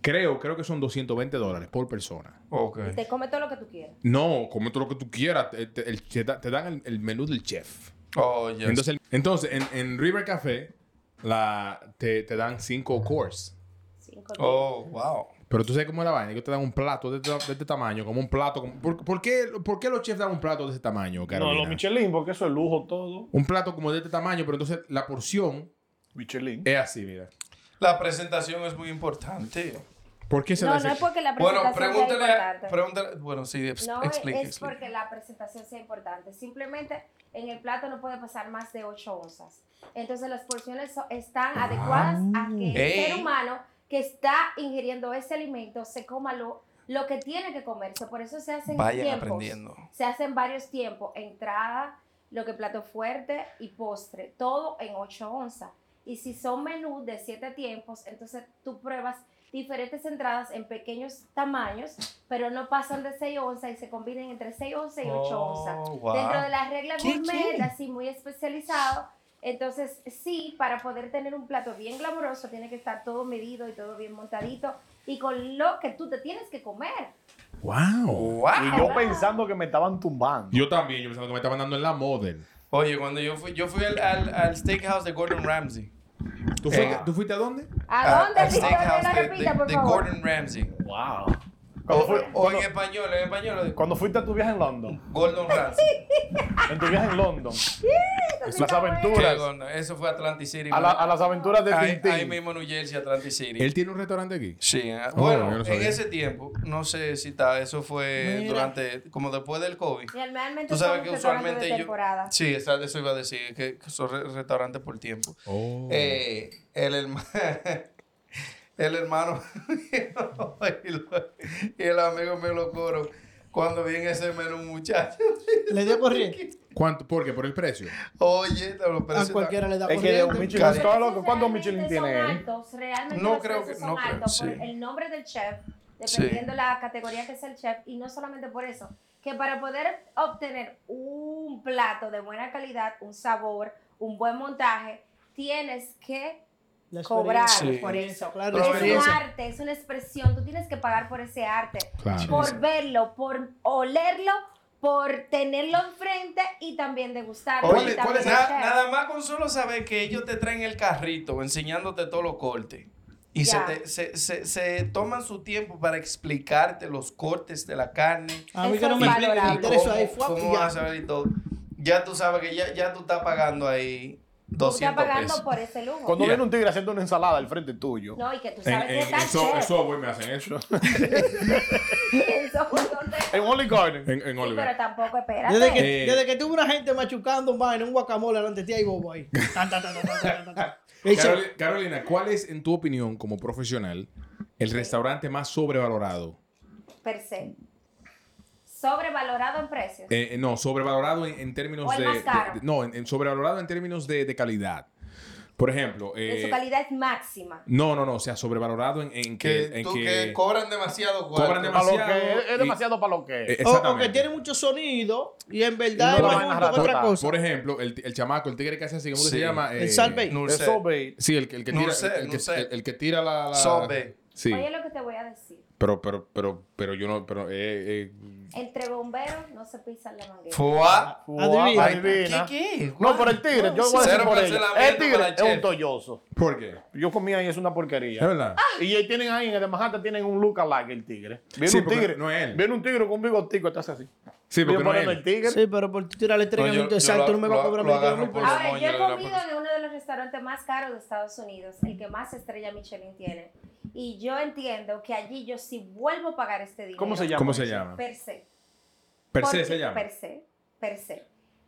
A: Creo, creo que son 220 dólares por persona.
F: Ok.
E: comí. Te come todo lo que tú quieras.
A: No, come todo lo que tú quieras. Te, te- el- te da- te dan el, el menú del chef.
F: Oh, yes.
A: Entonces, el- entonces en, en River Café la, te, te dan cinco courses.
E: Cinco
F: oh, wow.
A: Pero tú sabes cómo es la vaina. Ellos te dan un plato de, este- de este tamaño, como un plato. como- ¿por, por qué, por qué los chefs dan un plato de ese tamaño,
D: No,
A: Carolina?
D: los Michelin, porque eso es lujo todo.
A: Un plato como de este tamaño, pero entonces la porción
D: Michelin.
A: es así, mira.
F: La presentación es muy importante.
A: ¿Por qué se
E: No,
A: da
E: no es
A: ese-
E: porque la
F: Bueno,
E: presentación sea
F: pregúntale,
E: importante.
F: pregúntale. Bueno, sí, ex-
E: no es-
F: explique.
E: es
F: explique.
E: porque la presentación sea importante. Simplemente en el plato no puede pasar más de 8 onzas. Entonces las porciones so- están adecuadas a que el
F: Ah. Ey.
E: ser humano que está ingiriendo ese alimento se coma lo, lo que tiene que comerse. Por eso se hacen
F: Vayan
E: tiempos.
F: aprendiendo.
E: Se hacen varios tiempos. Entrada, lo que plato fuerte y postre, todo en 8 onzas. Y si son menús de 7 tiempos, entonces tú pruebas diferentes entradas en pequeños tamaños, pero no pasan de 6 onzas y se combinan entre 6 onzas y 8 onzas.
F: Oh, wow.
E: Dentro de las reglas
C: ¿Qué,
E: gourmet,
C: qué?
E: así muy especializado. Entonces, sí, para poder tener un plato bien glamuroso, tiene que estar todo medido y todo bien montadito y con lo que tú te tienes que comer.
A: ¡Wow!
D: Y yo pensando que me estaban tumbando.
A: Yo también, yo pensaba que me estaban dando en la model.
F: Oye, cuando yo fui, yo fui al, al, al steakhouse de Gordon Ramsay.
A: ¿Tú,
F: Eh,
D: Ah.
A: fuiste- ¿tú fuiste a dónde?
E: ¿A dónde,
F: Ah, Al
E: Víctor? Me
F: steakhouse
E: la
F: de,
E: repita,
F: de-
E: por
F: de
E: favor.
F: Gordon Ramsay.
D: Wow.
F: O,
D: Cuando, fui-
F: o
D: cuando-
F: en español, en español,
D: cuando fuiste a tu viaje en London,
F: Gordon Ramsay.
D: en tu viaje en London,
E: Está
D: las
E: bueno.
F: ¿Qué,
D: aventuras,
F: Gordon? Eso fue Atlantic City.
D: a, la- a las aventuras de
F: ahí,
D: Tintín.
F: ahí mismo en New Jersey, Atlantic City.
A: Él tiene un restaurante aquí.
F: Sí, ah,
A: Oh, yo
F: bueno,
A: no
F: en
A: sabía.
F: ese tiempo, no sé si está, eso fue
C: Mira.
F: durante, como después del COVID.
E: Realmente
F: Tú
E: son
F: sabes que
E: restaurantes
F: usualmente
E: de
F: yo...
E: temporada.
F: Sí, esa- eso iba a decir, que que son re- restaurantes por tiempo.
A: Oh.
F: Eh, el hermano... El hermano mío y, lo- y el amigo me lo coro cuando viene ese menú, muchacho.
C: Le dio corriente.
A: ¿Cuánto? ¿Por qué? ¿Por el precio?
F: Oye, te lo
C: A
F: parece-
C: cualquiera le da
D: Es que de
C: corriente.
D: un
E: Pero
D: Michelin
E: esos
D: Star, loco, ¿cuántos
E: realmente
D: Michelin
E: son
D: tiene él?
E: altos, realmente
F: No
E: los
F: creo
E: precios
F: que-
E: son
F: no creo,
E: altos por
F: sí.
E: el nombre del chef,
F: Sí.
E: dependiendo la categoría que sea el chef, y no solamente por eso, que para poder obtener un plato de buena calidad, un sabor, un buen montaje, tienes que
C: La
E: cobrar
C: experiencia.
F: Sí.
E: por eso.
C: Claro,
F: Ah, la
E: es un
C: experiencia.
E: arte, es una expresión, tú tienes que pagar por ese arte,
A: Claro.
E: por verlo, por olerlo, por tenerlo enfrente y también degustarlo.
F: Oye,
E: y también
F: ¿cuál es?
E: el
F: Na-
E: chef.
F: nada más con solo saber que ellos te traen el carrito enseñándote todos los cortes. Y se,
E: Ya.
F: te- se, se- se toman su tiempo para explicarte los cortes de la carne.
C: A mí que no
E: Eso
C: me
E: es
C: expliquen me
E: valorable.
F: cómo,
C: interesa eso ahí. Fue
F: cómo vas a ver y todo. Ya tú sabes que ya, ya tú estás pagando ahí
E: Tú
F: 200
E: estás pagando
F: pesos.
E: por ese lujo.
D: Cuando
F: Yeah.
D: viene un tigre haciendo una ensalada al frente tuyo.
E: No, y que tú
A: En,
E: sabes
A: en,
E: que
A: en,
E: está
A: So- en
E: chef.
A: Subway me hacen Eh, eso.
E: En Subway, ¿dónde?
D: En Only Garden.
A: En, en
E: Sí,
A: Oliver.
E: pero tampoco, espérate.
C: Desde que,
A: Eh.
C: desde que tuvo una gente machucando un vaina, un guacamole delante de ti, hay bobo ahí. Tan, tan, tan, tan, tan, "Oh, tan, tan. Ese-
A: Carol- Carolina, ¿cuál es, en tu opinión, como profesional, el restaurante más sobrevalorado?
E: Per se. Sobrevalorado en precios.
A: Eh, eh, no, sobrevalorado en, en
E: O
A: términos
E: el
A: de,
E: más caro.
A: de- de- No, en, en sobrevalorado en términos de, de calidad. Por ejemplo.
E: que
A: eh,
E: su calidad es máxima.
A: no, no, no, o sea, sobrevalorado en, en que.
F: Que,
A: en
F: tú
A: que-
F: que cobran demasiado cuarto.
A: Cobran
D: Para lo
A: demasiado.
D: que es, es
A: y-
D: demasiado para lo que es.
A: eh,
C: o, o
A: exactamente.
C: que tiene mucho sonido y en
D: Y
C: verdad
D: no
C: es
D: la
C: más
D: van a
C: junto que otra
D: ratotar.
C: cosa.
A: Por ejemplo, el, el chamaco, el tigre que hace así, ¿cómo que
F: Sí.
A: se llama? Eh,
C: El Salve.
F: No sé.
D: Eso, ve.
A: Sí, el, que- el que
F: No
A: tira.
F: sé,
A: el, el
F: no
A: que,
F: sé.
A: el- el que tira la. la-
F: Sobe.
A: Sí.
E: Oye lo que te voy a decir.
A: Pero, pero, pero, pero yo no. Pero, eh, eh,
E: Entre bomberos no se pisan la manguera.
F: Fua.
D: Guau,
C: Adivina.
F: ¿Qué,
D: adivina.
F: qué?
D: No, pero el tigre, yo voy a decir
F: Cero
D: por ella. El
F: cancelamiento
D: tigre
F: para el
D: es un
F: chef.
D: tolloso.
A: ¿Por qué?
D: Yo comí ahí, es una porquería.
A: Es
E: Ah.
A: verdad.
D: Y ahí tienen ahí, en el de Manhattan tienen un look alike el tigre. Viene
A: Sí,
D: un
A: porque
D: tigre.
A: no es él.
D: Viene un tigre con un bigotico, estás así.
A: Sí,
D: Viene
A: porque no es
D: poniendo el
A: él.
D: tigre.
C: Sí, pero por tú tirar
F: No,
C: el
F: yo-
C: entrenamiento
F: yo
C: exacto,
F: lo-
C: no me va a
F: lo-
C: cobrar
F: lo
C: 20
F: agarro
C: mil
F: por-
C: pesos.
E: Ahora,
F: moños
E: yo he
F: de la
E: comido
F: persona.
E: en uno de los restaurantes más caros de Estados Unidos, el que más estrella Michelin tiene. Y yo entiendo que allí yo sí vuelvo a pagar este dinero.
D: ¿Cómo se llama?
A: ¿Cómo se llama?
E: Per se.
A: Per se
E: Porque-
A: se llama.
E: Per se, per se.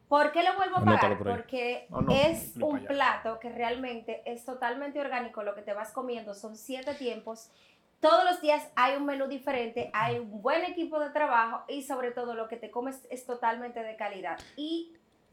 E: ¿Por qué lo vuelvo a
A: Anótalo
E: pagar?
A: por ahí.
E: Porque
A: Ah,
D: No, no,
E: es
D: no,
E: un
D: para allá.
E: plato que realmente es totalmente orgánico, lo que te vas comiendo son siete tiempos. Todos los días hay un menú diferente, hay un buen equipo de trabajo y sobre todo lo que te comes es totalmente de calidad y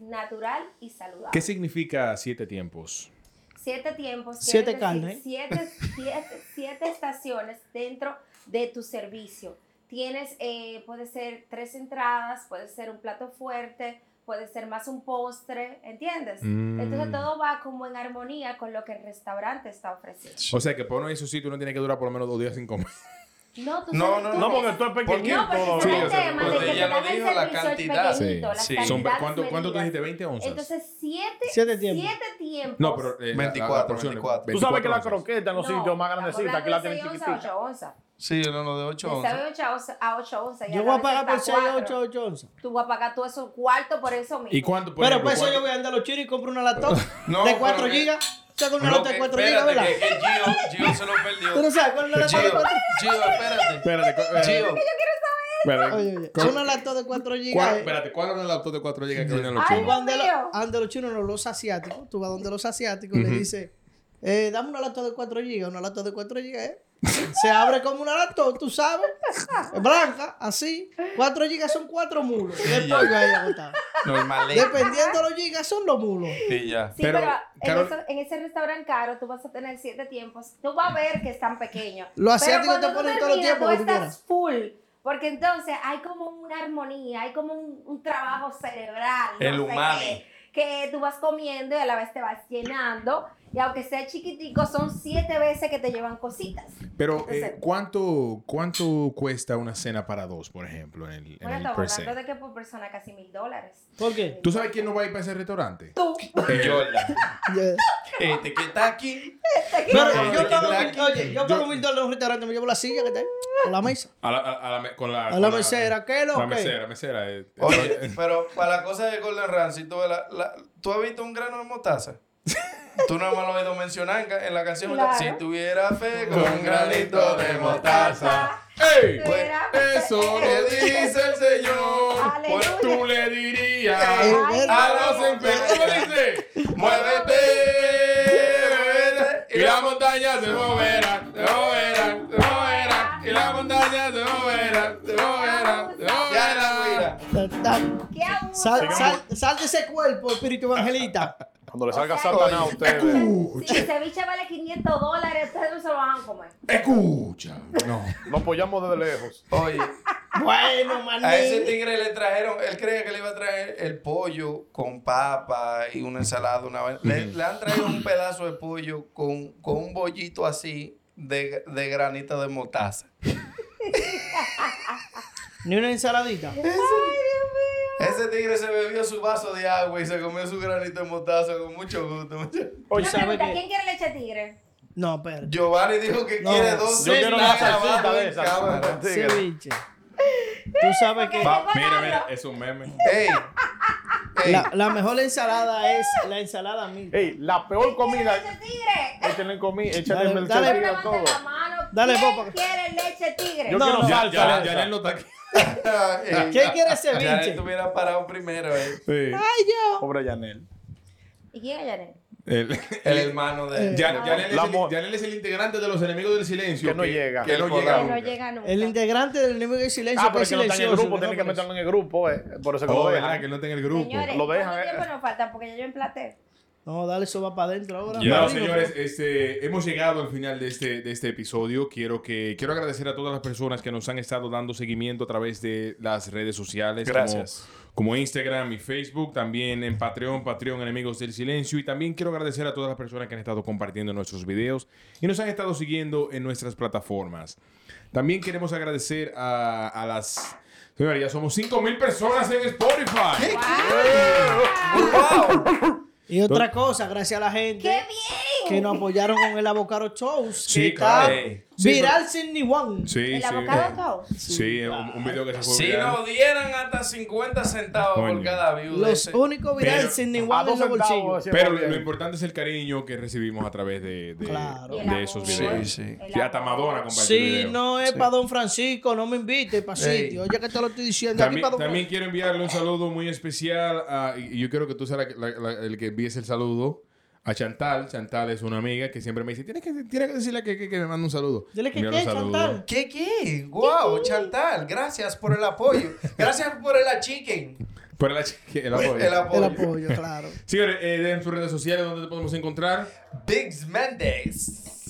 E: natural y saludable.
A: ¿Qué significa siete tiempos?
E: Siete tiempos,
C: Siete
E: quiere decir
C: carnes.
E: Siete, siete- siete estaciones dentro de tu servicio. Tienes, eh, puede ser tres entradas, puede ser un plato fuerte, puede ser más un postre, ¿entiendes?
A: Mm.
E: Entonces todo va como en armonía con lo que el restaurante está ofreciendo.
A: O sea, que por uno de esos sitios uno tiene que durar por lo menos dos días sin comer.
E: No, tú
F: No,
E: sabes-
F: no,
E: tú
D: No, porque
E: ves-
D: tú es
F: ¿Por qué?
D: pequeñito.
E: No, porque
A: Sí,
E: ese
A: yo
E: es
A: sé,
E: el tema de
A: porque
E: que
A: ella
E: te
F: lo
E: dan el
F: dijo, la
E: servicio es
F: cantidad.
E: pequeñito, las
F: Sí.
A: Son-
E: cantidades
A: ¿cuánto, ¿Cuánto tú
E: medidas.
A: dijiste? ¿20 onzas?
E: Entonces, siete,
C: Siete tiempos.
E: siete tiempos.
A: no, pero. eh, la- la- la
F: 24,
A: porción,
F: 24.
D: Tú sabes que la
A: 24 onzas.
D: croqueta en los sitios más grandecitos, aquí la tienen chiquitica.
E: onzas.
F: Sí, no, no, de 8
E: Te
F: onzas.
E: sabe 8 onzas, a 8 onzas. ya
C: Yo voy a
E: la vez
C: pagar por
E: está
C: 6,
E: cuatro.
C: 8, 8 onzas.
E: Tú vas a pagar todo eso cuarto por eso mismo.
A: ¿Y cuánto? por
C: Pero
A: ejemplo,
C: pues, por eso yo
A: cuánto-
C: voy a andar a los chinos y compro una laptop
F: No,
C: de
F: pero
C: 4
F: que-
C: gigas. Saco una
F: Lo
C: laptop
F: que-
C: de 4 gigas,
F: espérate,
C: ¿verdad?
F: que, que Gio, Gio se lo perdió.
C: ¿Tú no sabes cuál es la laptop de
F: Gio,
C: 4
F: Gio, espérate. eh,
A: Espérate, cu- espérate,
F: Gio,
A: espérate.
C: Oye, oye,
A: ¿Cómo-
C: una laptop de 4
A: cuál-
C: gigas. eh.
A: Espérate, ¿cuál era el auto de 4 GB que venía en los
E: Ay,
A: chinos?
C: Tú vas donde
E: Dios mío.
C: lo- ande los chinos, no, los asiáticos. Tú vas donde los asiáticos y le dices, eh, dame una lata de 4 gigas, una lata de 4 gigas, ¿eh? Se abre como una laptop, tú sabes. Blanca, así. 4 gigas son 4 mulos. Y el
F: ya.
C: pollo ahí agotado.
F: Normalito.
C: Dependiendo de los gigas son los mulos.
F: Y ya.
E: Sí,
A: Pero,
E: pero,
A: Carol-
E: en, eso- en ese restaurante caro tú vas a tener siete tiempos. Tú vas a ver que están pequeños.
C: Lo
E: Pero
C: asiático
E: cuando
C: te
E: tú
C: ponen todos los
E: terminas,
C: tiempos que
E: Tú
C: tú
E: estás full. Porque entonces hay como una armonía, hay como un, un trabajo cerebral. no
F: El
E: sé
F: umami.
E: qué, Que tú vas comiendo y a la vez te vas llenando. Y aunque sea chiquitico, son siete veces que te llevan cositas.
A: Pero, eh,
E: Exacto.
A: ¿cuánto, ¿cuánto cuesta una cena para dos, por ejemplo, en el, en
E: Bueno,
A: el per
E: estamos
A: se?
E: hablando de que por persona casi mil dólares.
C: ¿Por qué?
A: ¿Tú sabes quién no va a ir para ese restaurante?
E: Tú.
F: Y Jordan.
C: Yeah.
F: Este que está aquí.
C: Pero
F: eh,
C: yo pago
F: eh,
C: mil, oye, yo pago mil dólares en un restaurante, me llevo la silla que está ahí, o la mesa.
A: A la, a- a la me- con la,
C: A
A: Ah, con
C: la mesera, ¿qué es lo
A: La
C: que?
A: mesera, mesera. eh,
F: Oye, pero para la cosa de Golden Ramsay, tú, ves la- la- ¿tú has visto un grano de mostaza? Tú nada más lo has oído mencionar en, ca- en la canción.
E: Claro.
F: Si tuviera fe con un granito de mostaza.
A: ¡Ey!
F: Pues,
A: Eso
E: Eh,
A: le dice el Señor. Pues
E: Aleluya.
A: tú le dirías
C: Ay,
A: a los
F: ay,
A: enfermos.
F: ay.
A: ¿Cómo dice? ¡Muévete! muévete, Y la montaña se moverá, se moverá, se moverá. Y la montaña se moverá, se moverá, se
F: Ya la
A: moverá.
F: mira.
C: Ta- ta-
E: ¡Qué abuso!
C: Sal, sal, sal de ese cuerpo, espíritu evangelista.
D: Cuando le
E: O
D: salga
E: sea,
D: Satanás a ustedes.
E: Si el ceviche vale 500 dólares, ustedes no se lo van a comer.
A: Escucha. No.
D: Lo apoyamos desde lejos.
F: Oye,
C: Bueno, maní.
F: a ese tigre le trajeron, él creía que le iba a traer el pollo con papa y una ensalada, una vaina. Le, le han traído un pedazo de pollo con, con un bollito así de, de granito de mostaza.
C: Ni una ensaladita.
F: Ese tigre se bebió su vaso de agua y se comió su granito de mostaza con mucho gusto. muchacho.
C: Oye,
E: Una
C: ¿sabe
E: pregunta,
C: qué?
E: ¿quién quiere leche tigre?
C: No, pero.
F: Giovanni dijo que
C: No,
F: quiere dos.
D: Yo quiero una
F: Está
D: salsita
F: grabado
D: de
F: en
D: esas.
F: cámara.
D: Tigre.
C: Ceviche. Tú sabes que
E: Va- Mira, mira,
A: es un meme.
F: Ey, ey,
C: la, la mejor ensalada es la ensalada mil.
D: Ey, la peor
E: ¿Quién
D: comida.
E: quiere leche tigre?
D: Échenle comida, échenle
C: Dale,
D: el
C: dale.
D: tigre a todo.
E: Levante la mano.
C: Dale,
E: ¿Quién
C: Popo.
E: quiere leche tigre?
D: Yo
C: No,
D: quiero
C: no.
D: salsa. de esa.
A: no está aquí.
F: ey.
C: ¿Quién
F: Ya
C: quiere
F: le
C: ceviche?
F: tuviera parado primero, eh.
C: Ay, yo.
D: Pobre Yanel.
E: ¿Y quién es Janet?
A: El-
F: El
D: Eh,
F: hermano de.
A: Ya- Yanel es
D: La
A: el-
D: mo-
A: Yanel es el integrante de los enemigos del silencio.
D: Que no llega.
A: Que no
F: Que
A: llega.
E: Que
F: nunca.
E: no llega nunca.
C: El integrante del enemigo del silencio
D: Ah,
C: que
D: pero
C: es
D: es que no está en el
C: silencioso.
D: grupo, tienen que
C: déjame
D: meterlo en el grupo, eh. Por eso que
A: Oh,
D: lo
A: ¿verdad? Que
D: dejan.
A: no está en el grupo.
E: Señores,
D: Lo dejan,
E: ¿cuánto
D: eh.
E: tiempo nos falta? Porque ya yo emplaté.
C: No, dale eso va para adentro ahora.
A: Ya,
C: Arriba,
A: señores, este, hemos llegado al final de este, de este episodio. Quiero, que, quiero agradecer a todas las personas que nos han estado dando seguimiento a través de las redes sociales. como-
F: Gracias.
A: Como, Instagram y Facebook, también en Patreon, Patreon Enemigos del Silencio. Y también quiero agradecer a todas las personas que han estado compartiendo nuestros videos y nos han estado siguiendo en nuestras plataformas. También queremos agradecer a, a las... Señores, ya somos 5.000 personas en Spotify.
C: Y otra cosa, gracias a la gente
E: ¡Qué bien!
C: que nos apoyaron con el Avocado Toast.
A: Sí,
C: que
A: claro.
C: está
F: Ey.
A: Sí,
C: viral sin ni one.
A: Sí,
E: ¿El
A: sí.
E: abocado toast?
A: Sí,
C: ah,
A: un, un video que se fue
F: Si
A: viral.
F: nos dieran hasta 50 centavos
A: Coño.
F: por cada view. de
C: Los
F: ese-
C: únicos viral
A: Pero-
C: sin ni
D: A
C: one en
D: dos
C: los bolsillos.
D: centavos.
A: Pero lo,
D: bien.
A: lo importante es el cariño que recibimos a través de, de,
C: Claro.
A: de
E: Y el
A: esos
E: amor.
A: videos.
F: Sí, sí.
A: Y hasta Madonna compartió el
C: Si
A: video.
C: no es para Don Francisco, no me invite para
F: Ey.
C: sitio. Oye, que te lo estoy diciendo. aquí
A: También,
C: para Don
A: también quiero enviarle un saludo muy especial. A, y y yo quiero que tú seas la- la- la- el que envíes el saludo a Chantal. Chantal es una amiga que siempre me dice: Tienes que, tienes que decirle que, que, que me mande un saludo.
C: Dile que
A: Envíale un
C: qué,
A: saludo.
C: Chantal.
F: ¿Qué, qué? Wow, Chantal, gracias por el apoyo. Gracias por el achiquen.
A: Pero la chica- el apoyo.
F: El apoyo.
C: El apoyo, claro.
A: Señores, eh, den sus redes sociales donde te podemos encontrar.
F: Biggs Mendes.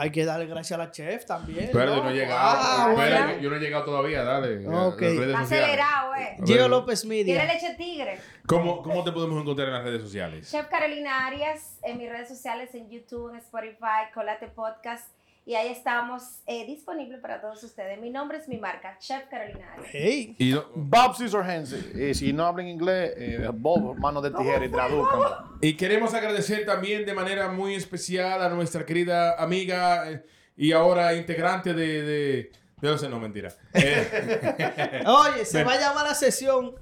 C: Hay que darle gracias a la chef también.
A: Espérate, no he llegado.
C: Ah,
A: Espérate,
E: bueno.
A: yo no he llegado todavía. Dale. eh, las
C: Ok.
A: redes
E: Está
A: sociales.
E: acelerado, eh.
A: A ver,
C: Gio López
E: ¿Quiere
C: Media.
E: leche tigre?
A: ¿Cómo, ¿Cómo te podemos encontrar en las redes sociales?
E: Chef Carolina Arias en mis redes sociales, en YouTube, en Spotify, Colate Podcast. Y ahí estamos eh, disponible para todos ustedes. Mi nombre es mi marca, Chef Carolina Arias.
C: Hey.
A: Y no-
D: Bob Scissorhands. eh, Y si no hablan inglés, eh, Bob, mano de tijera y traduzcan.
A: Y queremos agradecer también de manera muy especial a nuestra querida amiga eh, y ahora integrante de... de de- no sé, no, mentira. Eh,
C: Oye, se va a llamar la sesión.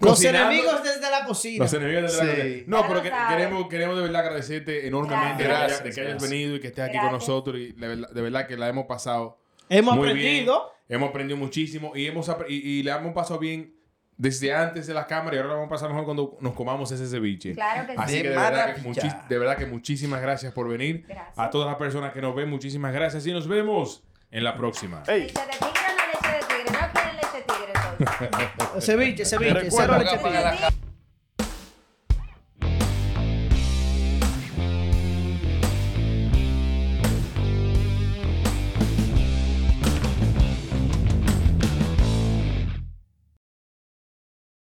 C: Los
A: Cocinando.
C: enemigos desde la cocina.
A: los enemigos de la
F: Sí.
A: No,
E: Ya
A: pero
E: lo
A: que-
E: saben.
A: queremos, queremos de verdad agradecerte enormemente de que hayas-
F: Gracias.
A: de que hayas venido y que estés aquí con
E: Gracias.
A: nosotros. Y la verdad- de verdad que la hemos pasado
C: Hemos
A: muy bien.
C: aprendido.
A: Hemos aprendido muchísimo y, hemos, apre- y, y la hemos pasado bien desde antes de la cámara y ahora lo vamos a pasar mejor cuando nos comamos ese ceviche.
E: Claro que sí.
A: Así
E: De
A: que de verdad que,
F: maravilla.
A: muchi- de verdad que muchísimas gracias por venir.
E: Gracias.
A: A todas las personas que nos ven, muchísimas gracias y nos vemos en la próxima.
D: Ey,
E: Leche de tigre o no leche de tigre. No quieren leche de tigre entonces.
C: Ceviche, ceviche.
D: Recuerda
C: cero
F: que
C: leche
F: apaga la
C: tigre.
E: Leche de tigre.